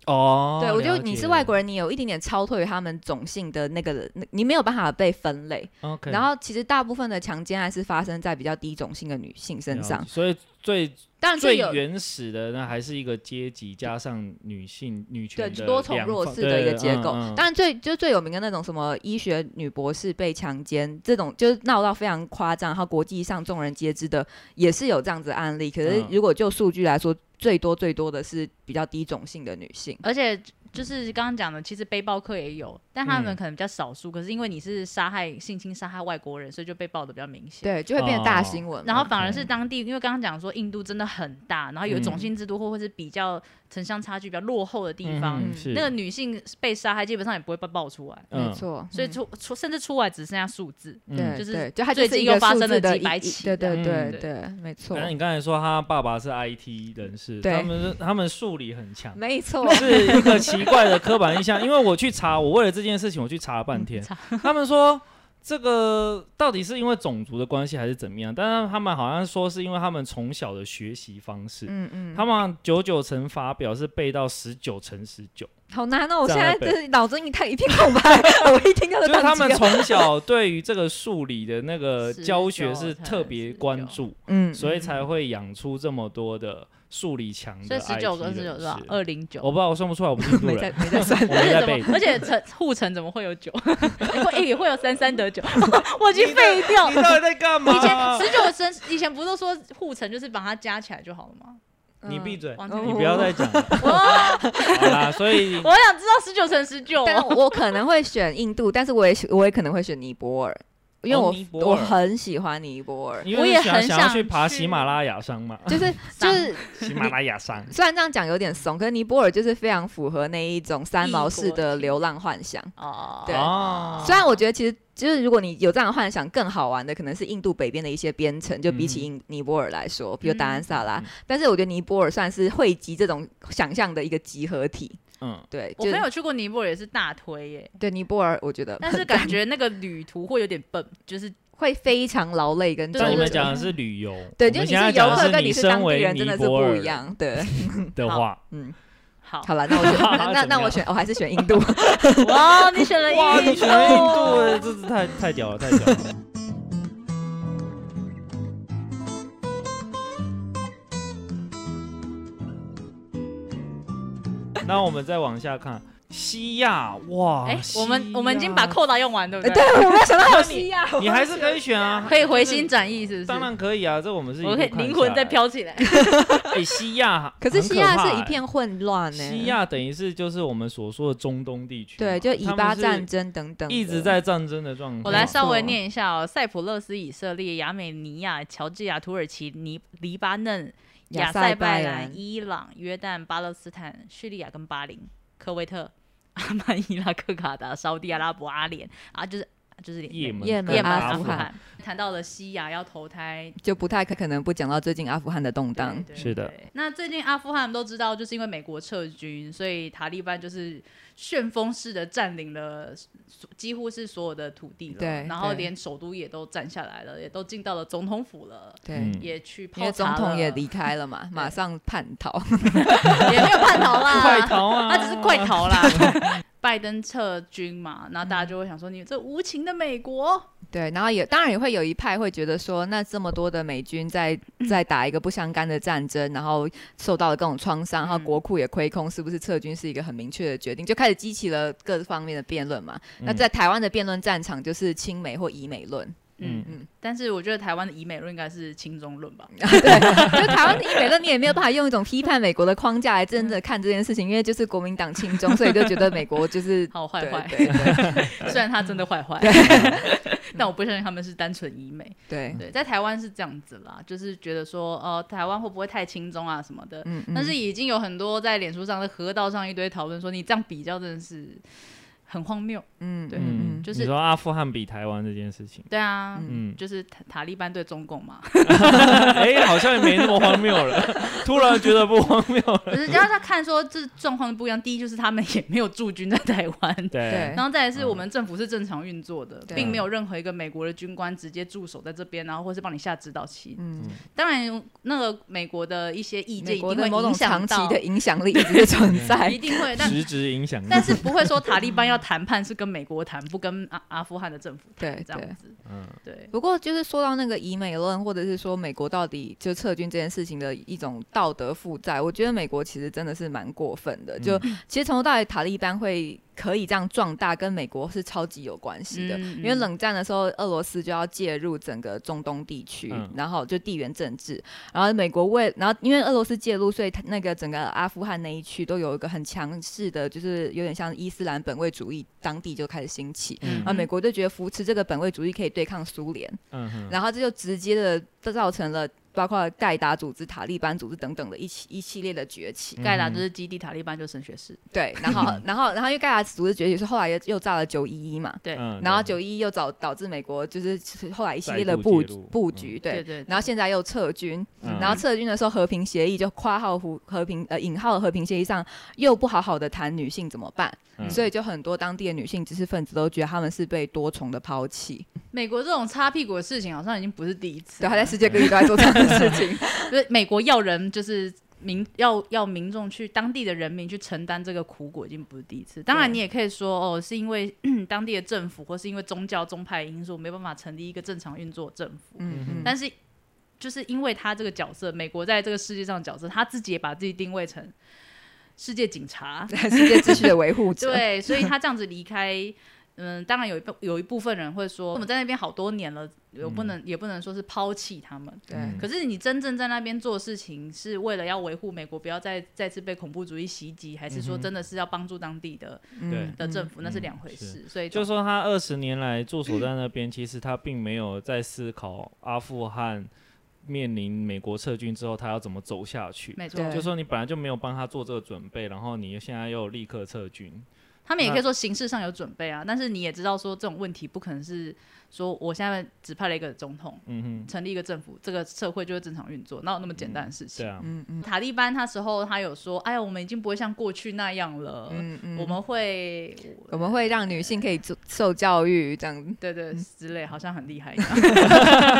[SPEAKER 2] 哦
[SPEAKER 3] 对，我觉得你是外
[SPEAKER 2] 人
[SPEAKER 3] 国人，你有一点点超脱于他们种姓的那个，那你没有办法被分类。
[SPEAKER 2] ，OK，
[SPEAKER 3] 然后其实大部分的强奸案是发生在比较低种姓的女性身
[SPEAKER 2] 了
[SPEAKER 3] 上
[SPEAKER 2] 解，所以最
[SPEAKER 3] 当然是
[SPEAKER 2] 最
[SPEAKER 3] 有
[SPEAKER 2] 原始的那还是一个阶级加上女性女
[SPEAKER 3] 对
[SPEAKER 2] 权的
[SPEAKER 3] 多重
[SPEAKER 2] 两
[SPEAKER 3] 弱
[SPEAKER 2] 方
[SPEAKER 3] 势的一个
[SPEAKER 2] 对
[SPEAKER 3] 结
[SPEAKER 2] 嗯
[SPEAKER 3] 构。
[SPEAKER 2] 嗯
[SPEAKER 3] 当然最就最有名的那种什么医学女博士被强奸这种，就是闹到非常夸张，然后国际上众人皆知的，也是有这样子的案例。可是
[SPEAKER 2] 嗯
[SPEAKER 3] 如果就数据来说，最多最多的是比较低种姓的女性。
[SPEAKER 1] 嗯而且就是刚刚讲的，其实背包客也有，但他们
[SPEAKER 2] 嗯
[SPEAKER 1] 可能比较少数。可是因为你是杀害性侵、杀害外国人，所以就被报的比较明显。
[SPEAKER 3] 对，就会变成大
[SPEAKER 2] 哦
[SPEAKER 3] 新闻嘛。
[SPEAKER 1] 然后反而
[SPEAKER 2] OK
[SPEAKER 1] 是当地，因为刚刚讲说印度真的很大，然后有
[SPEAKER 2] 嗯
[SPEAKER 1] 种姓制度或或是比较城乡差距比较落后的地
[SPEAKER 2] 嗯
[SPEAKER 1] 方，
[SPEAKER 2] 嗯是
[SPEAKER 1] 那个女性被杀害基本上也不会被爆出来，
[SPEAKER 2] 嗯
[SPEAKER 3] 没错，
[SPEAKER 1] 所以
[SPEAKER 3] 嗯
[SPEAKER 1] 出出甚至出来只剩下数字。
[SPEAKER 3] 对，
[SPEAKER 2] 嗯
[SPEAKER 1] 就是
[SPEAKER 3] 对就它
[SPEAKER 1] 最
[SPEAKER 3] 就是
[SPEAKER 1] 近
[SPEAKER 3] 一
[SPEAKER 1] 又
[SPEAKER 3] 个
[SPEAKER 1] 发生
[SPEAKER 3] 数
[SPEAKER 1] 了
[SPEAKER 3] 字的
[SPEAKER 1] 几百
[SPEAKER 3] 一
[SPEAKER 1] 起
[SPEAKER 3] 对
[SPEAKER 1] 这
[SPEAKER 3] 对
[SPEAKER 2] 样
[SPEAKER 3] 对
[SPEAKER 1] 嗯
[SPEAKER 3] 对，没错，
[SPEAKER 2] 然后你刚才说他爸爸是 IT 人士，
[SPEAKER 3] 对
[SPEAKER 2] 他们是他们数理很强，
[SPEAKER 3] 没错，
[SPEAKER 2] 是一个奇怪的刻板印象。因为我去查，我为了这件事情我去查了
[SPEAKER 3] 嗯
[SPEAKER 2] 半天
[SPEAKER 1] 查，
[SPEAKER 2] 他们说。这个到底是因为种族的关系还是怎么样？但是他们好像说是因为他们从小的学习方式，
[SPEAKER 3] 嗯嗯，
[SPEAKER 2] 他们九九乘法表是背到十九乘十九，
[SPEAKER 3] 好难哦！我
[SPEAKER 2] 这
[SPEAKER 3] 现
[SPEAKER 2] 样
[SPEAKER 3] 在
[SPEAKER 2] 来背
[SPEAKER 3] 这脑子一看一片
[SPEAKER 2] *laughs*
[SPEAKER 3] 空白，我一听到 *laughs*
[SPEAKER 2] 就是
[SPEAKER 3] 宕
[SPEAKER 2] 他
[SPEAKER 3] 机
[SPEAKER 2] 们
[SPEAKER 3] 了
[SPEAKER 2] 从小对于这个数理的那个
[SPEAKER 3] *laughs*
[SPEAKER 2] 教学是特别关注，
[SPEAKER 3] 嗯
[SPEAKER 2] 所以才会养出这么多的数理强的
[SPEAKER 1] 所以
[SPEAKER 2] IT
[SPEAKER 1] 十九跟十九
[SPEAKER 2] 人
[SPEAKER 1] 是吧
[SPEAKER 2] 士？
[SPEAKER 1] 二零九
[SPEAKER 2] 我。不知道，我算不出来，我不是印度 *laughs*
[SPEAKER 3] *laughs* 没在
[SPEAKER 2] 人，
[SPEAKER 3] 没在算。
[SPEAKER 2] 我没在背
[SPEAKER 1] 怎。么？而且乘护城怎么会有九？ *laughs* 会也会有三三
[SPEAKER 2] *laughs*
[SPEAKER 1] 得九，我已经废掉。
[SPEAKER 2] 你到底在干
[SPEAKER 3] *laughs*
[SPEAKER 1] 以前
[SPEAKER 2] 嘛？
[SPEAKER 1] 十九生，以前不是都说护城就是把它加起来就好了吗？
[SPEAKER 2] 你
[SPEAKER 3] 嗯
[SPEAKER 2] 闭嘴，
[SPEAKER 1] 往
[SPEAKER 3] 前
[SPEAKER 2] 你不要再讲
[SPEAKER 3] *laughs*
[SPEAKER 2] 了。 *laughs*
[SPEAKER 1] 我
[SPEAKER 2] 好啦，所以
[SPEAKER 1] 我想知道十九乘十
[SPEAKER 2] 哦
[SPEAKER 1] 九。哦
[SPEAKER 3] 但我可能会选印度，但是我也喜我也可能会选尼泊尔， *laughs* 因为
[SPEAKER 2] 哦
[SPEAKER 3] 我、
[SPEAKER 2] 尼泊尔
[SPEAKER 3] 我很喜欢尼泊尔，
[SPEAKER 2] 因
[SPEAKER 1] 我
[SPEAKER 2] 为
[SPEAKER 1] 也
[SPEAKER 2] 你想
[SPEAKER 1] 很
[SPEAKER 2] 想要去
[SPEAKER 1] 想
[SPEAKER 2] 爬
[SPEAKER 1] 去
[SPEAKER 2] 喜马拉雅山
[SPEAKER 3] *laughs*
[SPEAKER 2] 嘛， *laughs*
[SPEAKER 3] 就是就是
[SPEAKER 2] 喜马拉雅山。
[SPEAKER 3] 虽然这样讲有点怂，可是尼泊尔就是非常符合那一种三毛式的流浪幻想。
[SPEAKER 1] 哦，
[SPEAKER 3] *laughs* 对
[SPEAKER 2] 哦
[SPEAKER 3] 虽然我觉得其实就是如果你有这样的幻想，更好玩的可能是印度北边的一些边城，就比起印尼泊尔来说，比如达兰萨拉，
[SPEAKER 2] 嗯
[SPEAKER 3] 但是我觉得尼泊尔算是汇集这种想象的一个集合体。
[SPEAKER 2] 嗯，
[SPEAKER 3] 对，
[SPEAKER 1] 我
[SPEAKER 3] 就
[SPEAKER 1] 朋友去过尼泊尔也是大推耶，
[SPEAKER 3] 对尼泊尔，我觉得
[SPEAKER 1] 但是
[SPEAKER 3] 很
[SPEAKER 1] 感觉那个旅途会有点笨，就是
[SPEAKER 3] 会非常劳累跟
[SPEAKER 2] 但
[SPEAKER 3] 周
[SPEAKER 2] 你们
[SPEAKER 3] 折
[SPEAKER 2] 讲的是旅游，
[SPEAKER 3] 嗯对，
[SPEAKER 2] 我
[SPEAKER 3] 就
[SPEAKER 2] 们
[SPEAKER 3] 是
[SPEAKER 2] 现
[SPEAKER 3] 你
[SPEAKER 2] 在
[SPEAKER 3] 游
[SPEAKER 2] 讲的
[SPEAKER 3] 客跟
[SPEAKER 2] 你
[SPEAKER 3] 是
[SPEAKER 2] 身
[SPEAKER 3] 当地
[SPEAKER 2] 为
[SPEAKER 3] 人
[SPEAKER 2] 尼
[SPEAKER 3] 真的是
[SPEAKER 2] 泊
[SPEAKER 3] 不
[SPEAKER 2] 尔
[SPEAKER 3] 一样。
[SPEAKER 2] *laughs*
[SPEAKER 3] 对，
[SPEAKER 2] 的
[SPEAKER 1] 好
[SPEAKER 2] 话，
[SPEAKER 3] 嗯，
[SPEAKER 1] 好。
[SPEAKER 3] 好了，那
[SPEAKER 2] *laughs*
[SPEAKER 3] 我选那
[SPEAKER 2] 怎么
[SPEAKER 3] 那那我
[SPEAKER 2] 样
[SPEAKER 3] 选我还是选印
[SPEAKER 2] *laughs*
[SPEAKER 3] 度。
[SPEAKER 1] 哇，你选了印
[SPEAKER 2] 哇，
[SPEAKER 1] 度，
[SPEAKER 2] *laughs* 你选了印度，哎这是太太屌了，太屌了。 *laughs* 那我们再往下看，西亚哇！
[SPEAKER 1] 哎，
[SPEAKER 2] 西
[SPEAKER 1] 我们我们已经把
[SPEAKER 2] 亚，
[SPEAKER 1] 扣打用完，对不
[SPEAKER 2] 哎
[SPEAKER 3] 对，？我没有想到还有西亚，
[SPEAKER 2] 你还是可以选啊，
[SPEAKER 1] *laughs* 可以回
[SPEAKER 2] 就是
[SPEAKER 1] 心。转意，是不是？
[SPEAKER 2] 当然可以啊，这我们是一
[SPEAKER 1] 我
[SPEAKER 2] 路
[SPEAKER 1] 可以
[SPEAKER 2] 看
[SPEAKER 1] 灵
[SPEAKER 2] 下
[SPEAKER 1] 魂
[SPEAKER 2] 来
[SPEAKER 1] 再。飘起来。
[SPEAKER 2] 哎，西亚
[SPEAKER 3] 可是
[SPEAKER 2] 很
[SPEAKER 3] 西亚
[SPEAKER 2] 怕
[SPEAKER 3] 是一
[SPEAKER 2] 哎
[SPEAKER 3] 片混乱呢。
[SPEAKER 2] 西亚等于是就是我们所说的中东地区嘛，
[SPEAKER 3] 对，就以
[SPEAKER 2] 他们
[SPEAKER 3] 巴
[SPEAKER 2] 是
[SPEAKER 3] 战争等等的，
[SPEAKER 2] 一直在战争的状况。
[SPEAKER 1] 我来稍微
[SPEAKER 3] 错
[SPEAKER 1] 念一下哦：塞浦路斯、以色列、亚美尼亚、乔治亚、土耳其、尼黎巴嫩、
[SPEAKER 3] 亚
[SPEAKER 1] 亚塞
[SPEAKER 3] 拜
[SPEAKER 1] 拜然、
[SPEAKER 3] 然
[SPEAKER 1] 伊朗、约旦、巴勒斯坦、叙利亚跟巴林、科威特、 *laughs* 阿曼、伊拉克、卡达、沙地阿拉伯、阿联啊，就是就是连
[SPEAKER 2] 也门、
[SPEAKER 3] 也门
[SPEAKER 1] 也
[SPEAKER 3] 跟
[SPEAKER 1] 门、
[SPEAKER 3] 阿
[SPEAKER 1] 阿
[SPEAKER 3] 富
[SPEAKER 1] 富
[SPEAKER 3] 汗
[SPEAKER 1] 汗。谈到了西亚要投胎
[SPEAKER 3] 就不太可可能不讲到最近阿富汗的动荡。
[SPEAKER 1] 对
[SPEAKER 2] 是的。
[SPEAKER 1] 对那最近阿富汗我们都知道，就是因为美国撤军，所以塔利班就是旋风式的占领了所几乎是所有的土地了，
[SPEAKER 3] 对
[SPEAKER 1] 然后
[SPEAKER 3] 对
[SPEAKER 1] 连首都也都占下来了，也都进到了总统府了。
[SPEAKER 3] 对，
[SPEAKER 2] 嗯
[SPEAKER 1] 也去泡
[SPEAKER 3] 因为总
[SPEAKER 1] 茶
[SPEAKER 3] 统也
[SPEAKER 1] 了
[SPEAKER 3] 离开
[SPEAKER 2] *laughs*
[SPEAKER 3] 了嘛，马上叛逃。
[SPEAKER 1] 也没有叛逃啦，
[SPEAKER 2] *laughs* 快逃
[SPEAKER 4] *laughs*
[SPEAKER 2] 啊！
[SPEAKER 1] 他只是快
[SPEAKER 2] *laughs*
[SPEAKER 1] 逃啦。拜登撤军嘛，然后大家就会想说，你这无情的美国，
[SPEAKER 3] 对，然后也当然也会有一派会觉得说，那这么多的美军在
[SPEAKER 1] 嗯
[SPEAKER 3] 在打一个不相干的战争，然后受到了各种创伤，然后
[SPEAKER 1] 嗯
[SPEAKER 3] 国库也亏空，是不是撤军是一个很明确的决定？就开始激起了各方面的辩论嘛。那
[SPEAKER 2] 嗯
[SPEAKER 3] 在台湾的辩论战场就是亲美或以美论， *laughs*
[SPEAKER 1] 嗯
[SPEAKER 2] 嗯
[SPEAKER 1] 嗯。但是我觉得台湾的以美论应该是轻中论
[SPEAKER 3] 嗯
[SPEAKER 1] 吧。
[SPEAKER 3] 对，就台湾的医美论，你也没有办法用一种批判美国的框架来
[SPEAKER 1] 嗯
[SPEAKER 3] 真的看这件事情，因为就是国民党亲中，所以就觉得美国就是
[SPEAKER 1] 好坏
[SPEAKER 3] 对
[SPEAKER 1] 坏，
[SPEAKER 3] 对对
[SPEAKER 1] 虽然他真的坏坏， *laughs* 但我不相信他们是单纯医美。
[SPEAKER 3] 对，
[SPEAKER 1] 对，在台湾是这样子啦，就是觉得说，呃，台湾会不会太轻中啊什么的。
[SPEAKER 3] 嗯，
[SPEAKER 1] 但是已经有很多在脸书上、在河道上一堆讨论说，你这样比较真的是很荒谬。
[SPEAKER 3] 嗯
[SPEAKER 1] 对
[SPEAKER 2] 嗯，
[SPEAKER 1] 就是
[SPEAKER 2] 你说阿富汗比台湾这件事情，
[SPEAKER 1] 对啊，
[SPEAKER 2] 嗯，
[SPEAKER 1] 就是塔塔利班对中共嘛， *laughs*
[SPEAKER 2] 哎、好像也没那么荒谬了， *laughs* 突然觉得不荒谬了。
[SPEAKER 1] 只是要他看说这状况不一样。第一就是他们也没有驻军在台湾，
[SPEAKER 2] 对，
[SPEAKER 1] 然后再来是我们政府是正常运作的，
[SPEAKER 3] 嗯对嗯
[SPEAKER 1] 并没有任何一个美国的军官直接驻守在这边，然后或是帮你下指导棋。
[SPEAKER 3] 嗯，
[SPEAKER 1] 当然，那个美国的一些意见
[SPEAKER 3] 美
[SPEAKER 1] 一
[SPEAKER 3] 国
[SPEAKER 1] 定
[SPEAKER 3] 的
[SPEAKER 1] 会
[SPEAKER 3] 某种
[SPEAKER 1] 影
[SPEAKER 3] 长
[SPEAKER 1] 响
[SPEAKER 3] 期
[SPEAKER 1] 到，
[SPEAKER 3] 的影响力一直存
[SPEAKER 1] 一
[SPEAKER 3] 在，
[SPEAKER 1] 定会，但
[SPEAKER 2] 实质影响力。
[SPEAKER 1] 但是不会说塔利班要谈判是跟美国谈，不跟阿阿富汗的政府
[SPEAKER 3] 对
[SPEAKER 1] 这
[SPEAKER 3] 对
[SPEAKER 1] 样。子。
[SPEAKER 2] 嗯，
[SPEAKER 1] 对，
[SPEAKER 3] 不过，就是说到那个以美论，或者是说美国到底就撤军这件事情的一种道德负债，我觉得美国其实真的是蛮过分的。就其实从头到尾，塔利班会可以这样壮大，跟美国是超级有关系的。
[SPEAKER 1] 嗯嗯
[SPEAKER 3] 因为冷战的时候，俄罗斯就要介入整个中东地区，
[SPEAKER 2] 嗯
[SPEAKER 3] 然后就地缘政治，然后美国为，然后因为俄罗斯介入，所以它那个整个阿富汗那一区都有一个很强势的，就是有点像伊斯兰本位主义，当地就开始兴起。
[SPEAKER 2] 嗯
[SPEAKER 3] 啊，美国就觉得扶持这个本位主义可以对抗苏联，
[SPEAKER 2] 嗯哼，
[SPEAKER 3] 然后这就直接的这造成了包括盖达组织、塔利班组织等等的一起一系列的崛起。
[SPEAKER 2] 嗯
[SPEAKER 1] 盖达就是基地，塔利班就是神学士。
[SPEAKER 3] 对，然
[SPEAKER 2] *laughs*
[SPEAKER 3] 后然后然后因为盖达组织崛起是后来又又炸了九一一嘛，
[SPEAKER 1] 对，
[SPEAKER 2] 嗯
[SPEAKER 3] 然后
[SPEAKER 2] 对
[SPEAKER 3] 九一又导导致美国就是后来一系列
[SPEAKER 2] 再
[SPEAKER 3] 的
[SPEAKER 2] 度
[SPEAKER 3] 布
[SPEAKER 2] 介入
[SPEAKER 3] 布局，对。
[SPEAKER 1] 对对。
[SPEAKER 3] 然后现在又撤军，
[SPEAKER 2] 嗯
[SPEAKER 3] 然后撤军的时候和平协议就括号和和平呃引号和平协议上又不好好的谈女性怎么办，
[SPEAKER 2] 嗯
[SPEAKER 3] 所以就很多当地的女性知识分子都觉得她们是被多重的抛弃，
[SPEAKER 1] 美国这种擦屁股的事情好像已经不是第一次
[SPEAKER 3] 对，
[SPEAKER 1] 了，
[SPEAKER 3] 她在世界各地都在做这样的事
[SPEAKER 2] *laughs*
[SPEAKER 3] 情，
[SPEAKER 1] *laughs* 就是美国要人就是民要要民众去当地的人民去承担这个苦果，已经不是第一次。当然，
[SPEAKER 3] 对
[SPEAKER 1] 你也可以说哦，是因为 *clears throat* 当地的政府或是因为宗教宗派因素没办法成立一个正常运作的政府，
[SPEAKER 3] 嗯嗯，
[SPEAKER 1] 但是。就是因为他这个角色，美国在这个世界上的角色，他自己也把自己定位成世界
[SPEAKER 2] *laughs*
[SPEAKER 1] 警察，
[SPEAKER 3] 在世界秩序的维护者，
[SPEAKER 1] 对，所以他这样子离开，嗯，当然有一部有一部分人会说，我们在那边好多年了，我不能、也不能说是抛弃他们，
[SPEAKER 3] 对
[SPEAKER 2] 嗯
[SPEAKER 1] 可是你真正在那边做事情，是为了要维护美国不要再再次被恐怖主义袭击，还是
[SPEAKER 2] 嗯
[SPEAKER 1] 说
[SPEAKER 2] 哼嗯
[SPEAKER 1] 真的是要帮助当地的、
[SPEAKER 3] 嗯
[SPEAKER 2] 对
[SPEAKER 1] 的政
[SPEAKER 3] 府，
[SPEAKER 1] 府？那是两回事。所以
[SPEAKER 2] 就说他二十年来驻守在那边，其实他并没有在思考阿富汗面临美国撤军之后，他要怎么走下去。
[SPEAKER 1] 没错，
[SPEAKER 3] 对
[SPEAKER 2] 就说你本来就没有帮他做这个准备，然后你现在又立刻撤军，
[SPEAKER 1] 他们也可以说形式上有准备啊，但是你也知道说这种问题不可能是说我现在只派了一个总统，
[SPEAKER 2] 嗯哼，
[SPEAKER 1] 成立一个政府，这个社会就会正常运作，哪有那么简单的事情？
[SPEAKER 2] 对啊，
[SPEAKER 3] 嗯嗯
[SPEAKER 1] 塔利班那时候他有说，哎呀，我们已经不会像过去那样了，
[SPEAKER 3] 嗯嗯，
[SPEAKER 1] 我们会
[SPEAKER 3] 我们会嗯让女性可以做受教育，这样
[SPEAKER 1] 对对之类，好像很厉害一
[SPEAKER 3] *laughs*
[SPEAKER 1] 样。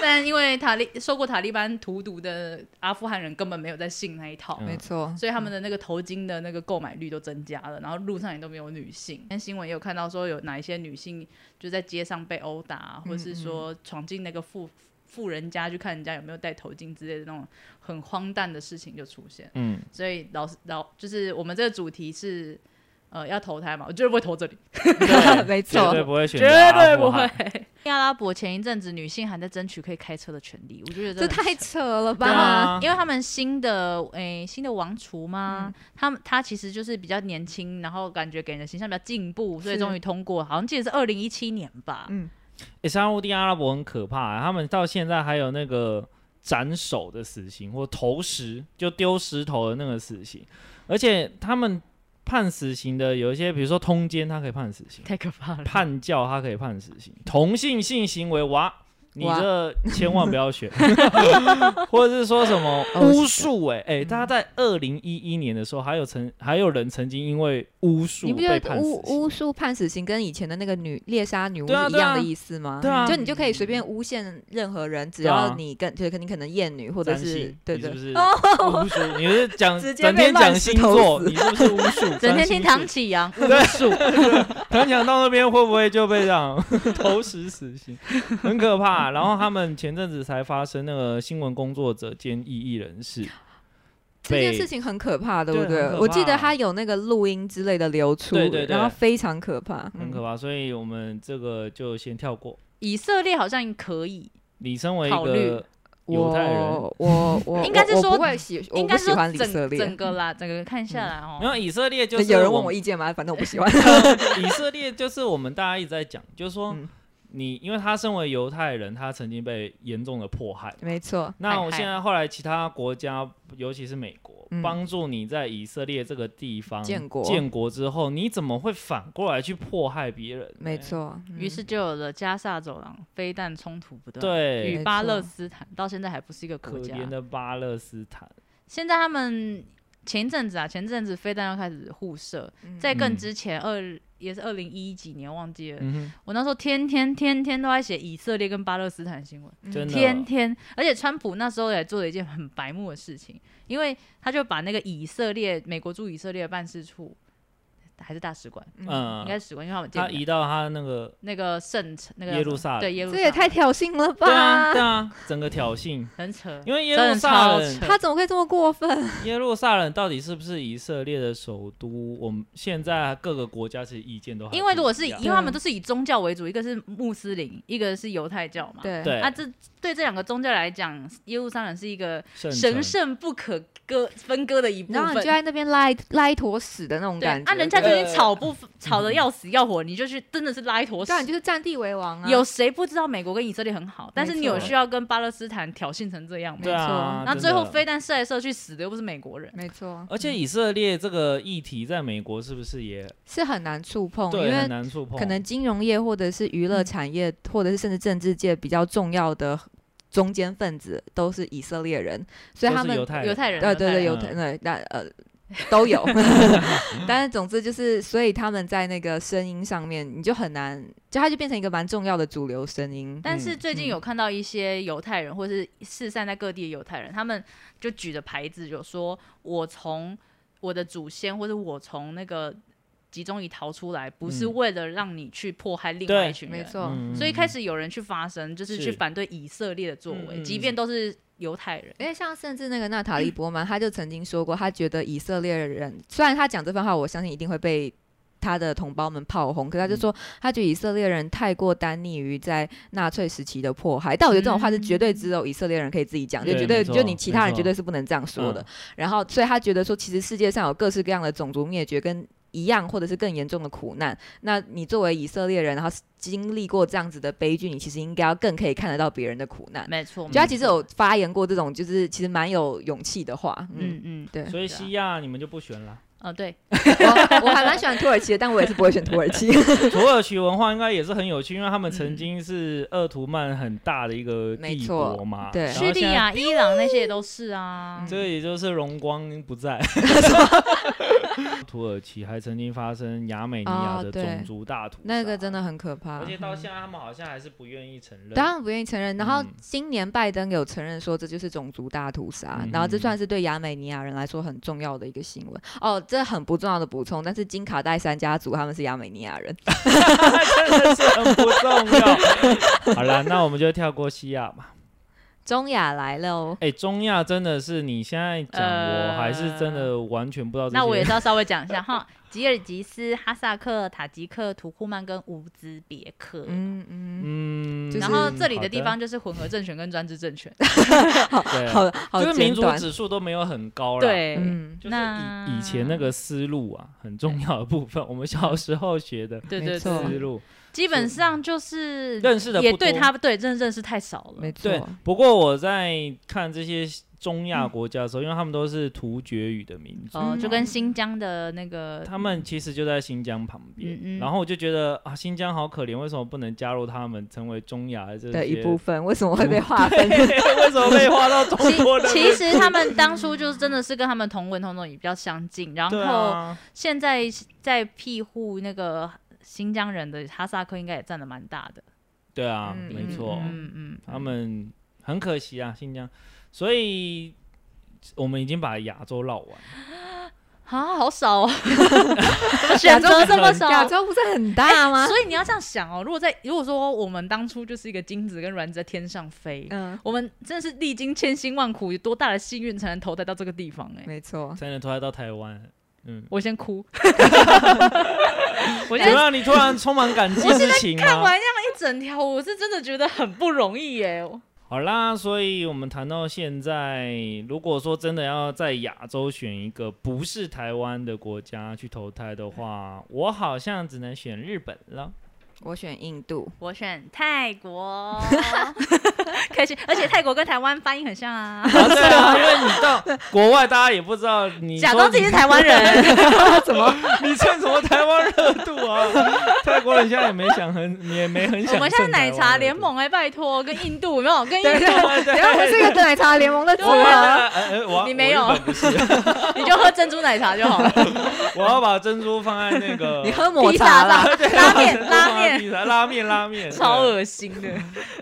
[SPEAKER 1] 但因为塔利受过塔利班荼毒的阿富汗人根本没有在信那一套，
[SPEAKER 2] 嗯
[SPEAKER 3] 没错，
[SPEAKER 1] 所以他们的那个头巾的那个购买率都增加了，然后路上也都没有女性。但新闻也有看到说有哪一些女性就在街上被殴打，啊或是说闯进那个富富人家去看人家有没有戴头巾之类的那种很荒诞的事情就出现。
[SPEAKER 2] 嗯，
[SPEAKER 1] 所以老师老就是我们这个主题是呃要投胎嘛，我绝对不会投这里。
[SPEAKER 3] *laughs* 没
[SPEAKER 2] 绝
[SPEAKER 3] 错
[SPEAKER 2] 对，不会选择
[SPEAKER 1] 绝对
[SPEAKER 2] 阿
[SPEAKER 1] 不
[SPEAKER 2] 富
[SPEAKER 1] 会 *laughs*
[SPEAKER 2] 汗。。
[SPEAKER 1] 阿拉伯前一阵子女性还在争取可以开车的权利，我就觉得
[SPEAKER 3] 这
[SPEAKER 1] 很
[SPEAKER 3] 太扯了
[SPEAKER 1] 对
[SPEAKER 3] 吧？
[SPEAKER 1] 啊因为他们新的诶、新的王储嘛，他们他其实就是比较年轻，然后感觉给人的形象比较进步，所以
[SPEAKER 3] 是
[SPEAKER 1] 终于通过，好像记得是二零一七年吧。
[SPEAKER 3] 嗯
[SPEAKER 2] 欸，沙烏地阿拉伯很可怕、啊，他们到现在还有那个斩首的死刑，或投石就丢石头的那个死刑，而且他们判死刑的有一些，比如说通奸，他可以判死刑；
[SPEAKER 1] 太可怕了！
[SPEAKER 2] 叛教，他可以判死刑；同性性行为，哇！你
[SPEAKER 3] 哇
[SPEAKER 2] 这千万不要选， *laughs*
[SPEAKER 3] *laughs*
[SPEAKER 2] 或者是说什么
[SPEAKER 3] 哦
[SPEAKER 2] 巫
[SPEAKER 3] 是
[SPEAKER 2] 术、欸？哎、大家在二零一一年的时候，还有曾还有人曾经因为巫术
[SPEAKER 3] 你不
[SPEAKER 2] 被
[SPEAKER 3] 觉得
[SPEAKER 2] 判死
[SPEAKER 3] 巫
[SPEAKER 2] 刑
[SPEAKER 3] 巫，术判死刑跟以前的那个女猎杀女巫是
[SPEAKER 2] 对啊
[SPEAKER 3] 一
[SPEAKER 2] 对啊
[SPEAKER 3] 样的意思吗？
[SPEAKER 2] 对啊
[SPEAKER 3] 就你就可以随便诬陷任何人，只
[SPEAKER 2] 对啊
[SPEAKER 3] 要你跟就是可你可能厌女或者
[SPEAKER 2] 占
[SPEAKER 3] 是
[SPEAKER 2] 星，
[SPEAKER 3] 对
[SPEAKER 2] 你是
[SPEAKER 3] 对 *laughs* 哦
[SPEAKER 2] 不，是巫术？你是讲
[SPEAKER 3] 直
[SPEAKER 2] 整
[SPEAKER 3] 接被
[SPEAKER 2] 天
[SPEAKER 3] 乱
[SPEAKER 2] 讲
[SPEAKER 3] 石
[SPEAKER 2] 星
[SPEAKER 3] 头
[SPEAKER 2] 座，
[SPEAKER 3] 死
[SPEAKER 2] 你是不是巫
[SPEAKER 3] *laughs*
[SPEAKER 2] 术？占
[SPEAKER 1] 整天啊听
[SPEAKER 2] 星
[SPEAKER 1] 唐
[SPEAKER 2] 术
[SPEAKER 1] 启阳，
[SPEAKER 2] 对术， *laughs* 唐想到那边会不会就被这样 *laughs* 投石死刑，很可怕。啊然后他们前阵子才发生那个新闻工作者兼异议人士，
[SPEAKER 3] 这件
[SPEAKER 2] 被
[SPEAKER 3] 事情很可怕，对
[SPEAKER 2] 对
[SPEAKER 3] 不对
[SPEAKER 2] 很可？怕
[SPEAKER 3] 我记得他有那个录音之类的流出，
[SPEAKER 2] 对对对
[SPEAKER 3] 然后非常可怕，嗯
[SPEAKER 2] 很可
[SPEAKER 3] 怕。
[SPEAKER 2] 怕，所以我们这个就先跳过。
[SPEAKER 1] 以色列好像可以，
[SPEAKER 2] 你身为一
[SPEAKER 1] 考虑
[SPEAKER 2] 个犹太人，
[SPEAKER 3] 我我
[SPEAKER 2] *laughs*
[SPEAKER 3] 我
[SPEAKER 1] 应该是
[SPEAKER 3] 我
[SPEAKER 1] 说
[SPEAKER 3] 我不会喜，我
[SPEAKER 1] 应
[SPEAKER 3] 不
[SPEAKER 1] 该
[SPEAKER 3] 喜
[SPEAKER 1] 说
[SPEAKER 3] 欢以
[SPEAKER 1] 整
[SPEAKER 3] 色列。
[SPEAKER 1] 整个啦，整个看下来哦
[SPEAKER 2] 没。有以嗯色列就是
[SPEAKER 3] 有人问
[SPEAKER 2] 我 *laughs*
[SPEAKER 3] 我
[SPEAKER 2] 们
[SPEAKER 3] 意见吗？反正我不喜欢。
[SPEAKER 2] *laughs* 以色列就是我们大家一直在讲，就是说
[SPEAKER 3] 嗯
[SPEAKER 2] 你，因为他身为犹太人，他曾经被严重的迫害。
[SPEAKER 3] 没错，
[SPEAKER 2] 那我
[SPEAKER 1] 嗨嗨
[SPEAKER 2] 现在后来其他国家，尤其是美国
[SPEAKER 3] 嗯，
[SPEAKER 2] 帮助你在以色列这个地方
[SPEAKER 3] 建国
[SPEAKER 2] 建国之后，你怎么会反过来去迫害别人？
[SPEAKER 3] 没，错。嗯
[SPEAKER 1] 于是就有了加萨走廊飞弹冲突不断，
[SPEAKER 2] 对，
[SPEAKER 1] 与巴勒斯坦到现在还不是一个
[SPEAKER 2] 可
[SPEAKER 1] 国家。
[SPEAKER 2] 怜的巴勒斯坦，
[SPEAKER 1] 现在他们前一阵子啊，前阵子飞弹要开始互射，在更之前二、也是二零一几年忘记了，
[SPEAKER 2] 嗯
[SPEAKER 1] 我那时候天天天天都在写以色列跟巴勒斯坦新闻，
[SPEAKER 2] 哼，真的哦
[SPEAKER 1] 天天，而且川普那时候也做了一件很白目的事情，因为他就把那个以色列美国驻以色列的办事处还是大使馆，应该
[SPEAKER 2] 嗯，
[SPEAKER 1] 是使馆，因为他们
[SPEAKER 2] 他
[SPEAKER 1] 建
[SPEAKER 2] 移到他那个
[SPEAKER 1] 那个圣城那个
[SPEAKER 2] 耶路撒冷
[SPEAKER 1] 对耶路撒
[SPEAKER 3] 这
[SPEAKER 1] 冷
[SPEAKER 3] 也太挑衅了
[SPEAKER 2] 对啊，对
[SPEAKER 3] 吧！
[SPEAKER 2] 啊，整个挑
[SPEAKER 1] *laughs*
[SPEAKER 2] 衅，
[SPEAKER 1] 很扯，
[SPEAKER 2] 因为耶
[SPEAKER 1] 真
[SPEAKER 2] 路
[SPEAKER 1] 的
[SPEAKER 2] 撒
[SPEAKER 1] 超 *laughs*
[SPEAKER 2] 冷，
[SPEAKER 1] 扯。
[SPEAKER 3] 他怎么会这么过分？
[SPEAKER 2] 耶路撒冷到底是不是以色列的首都？我们现在各个国家其实意见都还
[SPEAKER 1] 因为如果是
[SPEAKER 2] 不
[SPEAKER 1] 以
[SPEAKER 2] 一样
[SPEAKER 1] 因为
[SPEAKER 3] 嗯
[SPEAKER 1] 他们都是以宗教为主，一个是穆斯林，一个是犹太教嘛。
[SPEAKER 3] 对
[SPEAKER 2] 对
[SPEAKER 1] 啊，这对这两个宗教来讲，耶路撒冷是一个
[SPEAKER 2] 圣
[SPEAKER 1] 神
[SPEAKER 2] 城
[SPEAKER 1] 圣不可割分割的一部
[SPEAKER 3] 然后你
[SPEAKER 1] 分
[SPEAKER 3] 就。在那边拉一拉一坨屎的那种
[SPEAKER 1] 对，
[SPEAKER 3] 感觉。
[SPEAKER 1] 啊，人家就已经
[SPEAKER 2] 对 *laughs*
[SPEAKER 1] 吵不吵得要死要活，你就去真的是拉一坨屎
[SPEAKER 3] 对啊，。你就是占地为王啊。
[SPEAKER 1] 有谁不知道美国跟以色列很好？但是你有
[SPEAKER 3] 没错
[SPEAKER 1] 需要跟巴勒斯坦挑衅成这样吗
[SPEAKER 2] 对？啊，
[SPEAKER 1] 那
[SPEAKER 2] 真
[SPEAKER 1] 最后
[SPEAKER 2] 的
[SPEAKER 1] 飞。弹射来射去，死的又不是美国人。
[SPEAKER 3] 没错，
[SPEAKER 2] 而且以色列这个议题在美国是不是也
[SPEAKER 3] 是很难触碰，因
[SPEAKER 2] 对很
[SPEAKER 3] 为
[SPEAKER 2] 难触碰？
[SPEAKER 3] 可能金融业或者是娱乐产业，
[SPEAKER 1] 嗯
[SPEAKER 3] 或者是甚至政治界比较重要的中间分子都是以色列人，所以
[SPEAKER 2] 都
[SPEAKER 3] 他
[SPEAKER 2] 是
[SPEAKER 3] 们
[SPEAKER 2] 犹太
[SPEAKER 1] 犹
[SPEAKER 2] 人嗯
[SPEAKER 1] 太人，
[SPEAKER 3] 对对对，
[SPEAKER 2] 犹
[SPEAKER 3] 有
[SPEAKER 2] 太
[SPEAKER 3] 对那呃
[SPEAKER 2] *laughs*
[SPEAKER 3] 都有， *laughs* 但是总之就是，所以他们在那个声音上面，你就很难，就它就变成一个蛮重要的主流声音。
[SPEAKER 1] 但是
[SPEAKER 2] 嗯
[SPEAKER 1] 最近有看到一些犹太人，或是四散在各地的犹太人，他们就举着牌子，就说：“我从我的祖先，或者我从那个集中营逃出来，不是
[SPEAKER 2] 嗯
[SPEAKER 1] 为了让你去迫害另外一群人。
[SPEAKER 3] 没”错，
[SPEAKER 2] 嗯
[SPEAKER 1] 所以开始有人去发声，就是去
[SPEAKER 2] 是
[SPEAKER 1] 反对以色列的作为，
[SPEAKER 2] 嗯嗯
[SPEAKER 1] 即
[SPEAKER 2] 嗯
[SPEAKER 1] 便都是犹太人。
[SPEAKER 3] 因为像甚至那个娜塔莉波曼，她就曾经说过，她觉得以色列人虽然她讲这番话，我相信一定会被她的同胞们炮轰，可她
[SPEAKER 2] 嗯
[SPEAKER 3] 就说，她觉得以色列人太过单溺于在纳粹时期的迫害。但我觉得这种话是绝对只有以色列人可以自己讲，
[SPEAKER 2] 嗯
[SPEAKER 3] 就
[SPEAKER 2] 对
[SPEAKER 3] 绝对
[SPEAKER 2] 没错
[SPEAKER 3] 就你其他人
[SPEAKER 2] 没错
[SPEAKER 3] 绝对是不能这样说的
[SPEAKER 2] 嗯。
[SPEAKER 3] 然后，所以她觉得说，其实世界上有各式各样的种族灭绝跟。一样，或者是更严重的苦难。那你作为以色列人，然后经历过这样子的悲剧，你其实应该要更可以看得到别人的苦难。
[SPEAKER 1] 没错，
[SPEAKER 3] 我觉得他其实有发言过这种，就是其实蛮有勇气的话。嗯，
[SPEAKER 1] 嗯嗯
[SPEAKER 3] 对，
[SPEAKER 2] 所以西亚你们就不选了。
[SPEAKER 1] 哦对，
[SPEAKER 2] 嗯
[SPEAKER 3] *laughs* 我我还蛮喜欢土耳其的，但我也是不会选土耳
[SPEAKER 2] *laughs*
[SPEAKER 3] 其。 *laughs*
[SPEAKER 2] 土耳其文化应该也是很有趣，因为他们曾经是鄂图曼很大的一个
[SPEAKER 3] 没
[SPEAKER 2] 帝
[SPEAKER 3] 错
[SPEAKER 2] 国嘛。
[SPEAKER 3] 对
[SPEAKER 2] 然后
[SPEAKER 1] 叙利
[SPEAKER 2] 现在
[SPEAKER 1] 亚、伊朗那些也都是啊。
[SPEAKER 2] 这也就是荣光不
[SPEAKER 3] *laughs*
[SPEAKER 2] 在。土耳其还曾经发生亚美尼亚
[SPEAKER 3] 哦
[SPEAKER 2] 的
[SPEAKER 3] 对
[SPEAKER 2] 种族大屠杀，
[SPEAKER 3] 那个真的，很可怕嗯
[SPEAKER 2] 而。且到现在他们好像还是不愿意承认。
[SPEAKER 3] 当然不愿意承认。然后
[SPEAKER 2] 嗯
[SPEAKER 3] 今年拜登有承认说这就是种族大屠杀，
[SPEAKER 2] 嗯
[SPEAKER 3] 然后这算是对亚美尼亚人来说很重要的一个新闻。哦，这很不重要的补充，但是金卡戴珊家族他们是亚美尼亚人。
[SPEAKER 2] *laughs*
[SPEAKER 3] *laughs*
[SPEAKER 2] 真的是很不重要。 *laughs* 好了，那我们就跳过西亚吧。
[SPEAKER 3] 中亚来了哦，
[SPEAKER 2] 哎、中亚真的是你现在讲，
[SPEAKER 1] 呃
[SPEAKER 2] 我还是真的完全不知道这些。
[SPEAKER 1] 那我也是要稍微讲一下哈，吉尔吉斯、哈萨克、塔吉克、土库曼跟乌兹别克。
[SPEAKER 3] 嗯嗯，
[SPEAKER 2] 嗯，
[SPEAKER 3] 就是
[SPEAKER 1] 然后这里的地方
[SPEAKER 2] 好
[SPEAKER 1] 就是混合政权跟专制政权，
[SPEAKER 2] 对
[SPEAKER 3] 好好
[SPEAKER 2] 就是
[SPEAKER 3] 简
[SPEAKER 2] 民族
[SPEAKER 3] 短。
[SPEAKER 2] 指数都没有很高了。。
[SPEAKER 1] *laughs* 对，
[SPEAKER 3] 嗯，
[SPEAKER 2] 就是
[SPEAKER 1] 那
[SPEAKER 2] 以以前那个思路啊，很重要的部分，我们小时候学的
[SPEAKER 1] 对
[SPEAKER 3] 没
[SPEAKER 1] 对
[SPEAKER 3] 错
[SPEAKER 2] 思
[SPEAKER 1] 对，
[SPEAKER 2] 路。
[SPEAKER 1] 基本上就是
[SPEAKER 2] 认识的
[SPEAKER 1] 也
[SPEAKER 2] 不
[SPEAKER 1] 对
[SPEAKER 2] 多
[SPEAKER 1] 他对真的认识太少了
[SPEAKER 3] 没，
[SPEAKER 2] 对
[SPEAKER 3] 错。，
[SPEAKER 2] 不过我在看这些中亚国家的时候，因为他们都是突厥语的民族，
[SPEAKER 1] 嗯哦，
[SPEAKER 3] 嗯
[SPEAKER 1] 就跟新疆的那个
[SPEAKER 2] 他们其实就在新疆旁边。
[SPEAKER 1] 嗯嗯
[SPEAKER 2] 然后我就觉得啊，新疆好可怜，为什么不能加入他们，成为中亚的这
[SPEAKER 3] 的一
[SPEAKER 2] 些
[SPEAKER 3] 部分为什么会被
[SPEAKER 2] *laughs*
[SPEAKER 3] 划分？
[SPEAKER 2] 为什么被划到中 *laughs* 国的？
[SPEAKER 1] 其实他们当初就是真的是跟他们同文同种也比较相近，然
[SPEAKER 2] 对
[SPEAKER 1] 后
[SPEAKER 2] 啊，
[SPEAKER 1] 现在在庇护那个新疆人的哈萨克应该也占的蛮大的，
[SPEAKER 2] 对啊，
[SPEAKER 3] 嗯
[SPEAKER 2] 没错，
[SPEAKER 1] 嗯嗯，
[SPEAKER 2] 他们很可惜啊，新疆，所以我们已经把亚洲绕完了。
[SPEAKER 1] 啊，好少 *laughs* 哦，怎么选择这么少？
[SPEAKER 3] 亚洲不是很
[SPEAKER 2] *laughs*
[SPEAKER 3] 大吗？
[SPEAKER 1] 所以你要这样想哦，如果在如果说我们当初就是一个精子跟卵子在天上飞，
[SPEAKER 3] 嗯，
[SPEAKER 1] 我们真的是历经千辛万苦，有多大的幸运才能投胎到这个地方哎、
[SPEAKER 3] 没错。
[SPEAKER 2] 才能投胎到台湾。嗯，
[SPEAKER 1] 我先哭。我
[SPEAKER 2] 怎
[SPEAKER 1] 现
[SPEAKER 2] 么
[SPEAKER 1] 在
[SPEAKER 2] 样？你突然充满感激之情
[SPEAKER 1] 看
[SPEAKER 2] 吗？
[SPEAKER 1] 完这样一整条，我是真的觉得很不容易欸耶。
[SPEAKER 2] 好啦，所以我们谈到现在，如果说真的要在亚洲选一个不是台湾的国家去投胎的话，我好像只能选日本了。
[SPEAKER 3] 我选印度，
[SPEAKER 1] 我选泰国， *laughs* 开心，而且泰国跟台湾发音很像啊。
[SPEAKER 2] 啊对啊，因为你到国外，大家也不知道你
[SPEAKER 1] *laughs* 假
[SPEAKER 2] 说
[SPEAKER 1] 装自己
[SPEAKER 2] 你
[SPEAKER 1] 是台湾人，
[SPEAKER 3] 啊
[SPEAKER 2] 怎么？ *laughs* 你蹭什么台湾热度
[SPEAKER 1] *laughs*
[SPEAKER 2] 啊？泰国人现在也没想很，也没很想。
[SPEAKER 1] 我们现在奶茶联，盟哎，拜托，跟印度有没有？跟印
[SPEAKER 3] 对 *laughs*
[SPEAKER 1] 度
[SPEAKER 3] 对对，对我们是一个奶茶联盟的组啊
[SPEAKER 2] 我
[SPEAKER 3] 合。
[SPEAKER 2] 要呃呃我
[SPEAKER 1] 啊你没有
[SPEAKER 2] 我日本不是，*laughs*
[SPEAKER 1] *laughs* 你就喝珍珠奶茶就好了。
[SPEAKER 2] 我要把珍珠放在那
[SPEAKER 1] *laughs*
[SPEAKER 2] 个
[SPEAKER 3] 你喝抹
[SPEAKER 1] 披
[SPEAKER 3] 茶
[SPEAKER 1] 萨
[SPEAKER 3] *laughs* 啦，
[SPEAKER 1] *laughs* 吧，拉面拉面，
[SPEAKER 2] 面 *laughs* 拉面拉
[SPEAKER 1] *laughs*
[SPEAKER 2] 面，
[SPEAKER 1] 超
[SPEAKER 2] 对
[SPEAKER 1] 恶心的。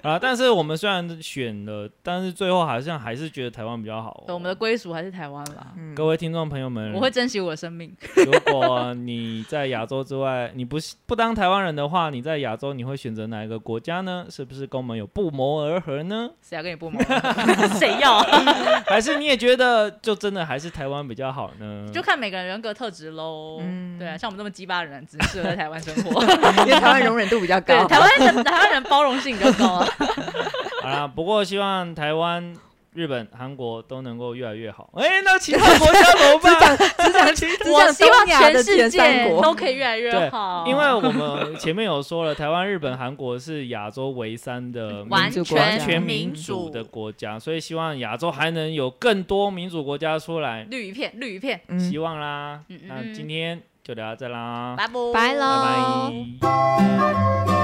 [SPEAKER 2] 啊！但是我们虽然选了，但是最后好像还是觉得台湾比较好哦。
[SPEAKER 1] *laughs* 我们的归属还是台湾吧。
[SPEAKER 3] 嗯
[SPEAKER 2] 各位听众朋友们，
[SPEAKER 1] 我会珍惜我的生命。
[SPEAKER 2] 如果你在亚洲之外， *laughs* 你不是不当台湾人的话，你在亚洲你会选择哪一个国家呢？是不是跟我们有不谋而合呢？
[SPEAKER 1] 谁要跟你不谋而合？ *laughs* 谁要啊？
[SPEAKER 2] 还是你也觉得就真的还是台湾比较好呢？
[SPEAKER 1] 就看每个人人格特质喽。
[SPEAKER 3] 嗯
[SPEAKER 1] 对啊，像我们这么鸡巴的人，只适合在台湾生活。
[SPEAKER 3] *laughs*
[SPEAKER 1] 啊
[SPEAKER 3] 因为台湾容忍度比较
[SPEAKER 1] *laughs* 对，
[SPEAKER 3] 高。
[SPEAKER 1] 台湾人台湾人包容性比较高
[SPEAKER 3] *laughs*
[SPEAKER 1] 啊。
[SPEAKER 2] 好啦，啊不过希望台湾、日本、韩国都能够越来越好。哎、那其他国家怎么办？
[SPEAKER 3] *laughs* 只想只
[SPEAKER 1] 我
[SPEAKER 3] 想
[SPEAKER 1] 希望
[SPEAKER 3] 东亚
[SPEAKER 1] 全
[SPEAKER 3] 的
[SPEAKER 1] 世
[SPEAKER 3] 前
[SPEAKER 1] 界
[SPEAKER 3] 三国，
[SPEAKER 1] 都可以越来越
[SPEAKER 2] 对
[SPEAKER 1] 好，
[SPEAKER 2] 因为我们前面有说了，台湾、日本、韩国是亚洲唯三的
[SPEAKER 1] 完
[SPEAKER 2] 民
[SPEAKER 3] 全
[SPEAKER 2] 完全
[SPEAKER 4] 民
[SPEAKER 2] 民主
[SPEAKER 4] 主
[SPEAKER 2] 的国家，所以希望亚洲还能有更多民主国家出来，
[SPEAKER 1] 绿一片，绿一片，
[SPEAKER 3] 嗯
[SPEAKER 2] 希望啦。
[SPEAKER 1] 嗯嗯
[SPEAKER 2] 那今天就聊到这啦，
[SPEAKER 1] 拜拜，
[SPEAKER 3] 拜喽
[SPEAKER 2] 拜拜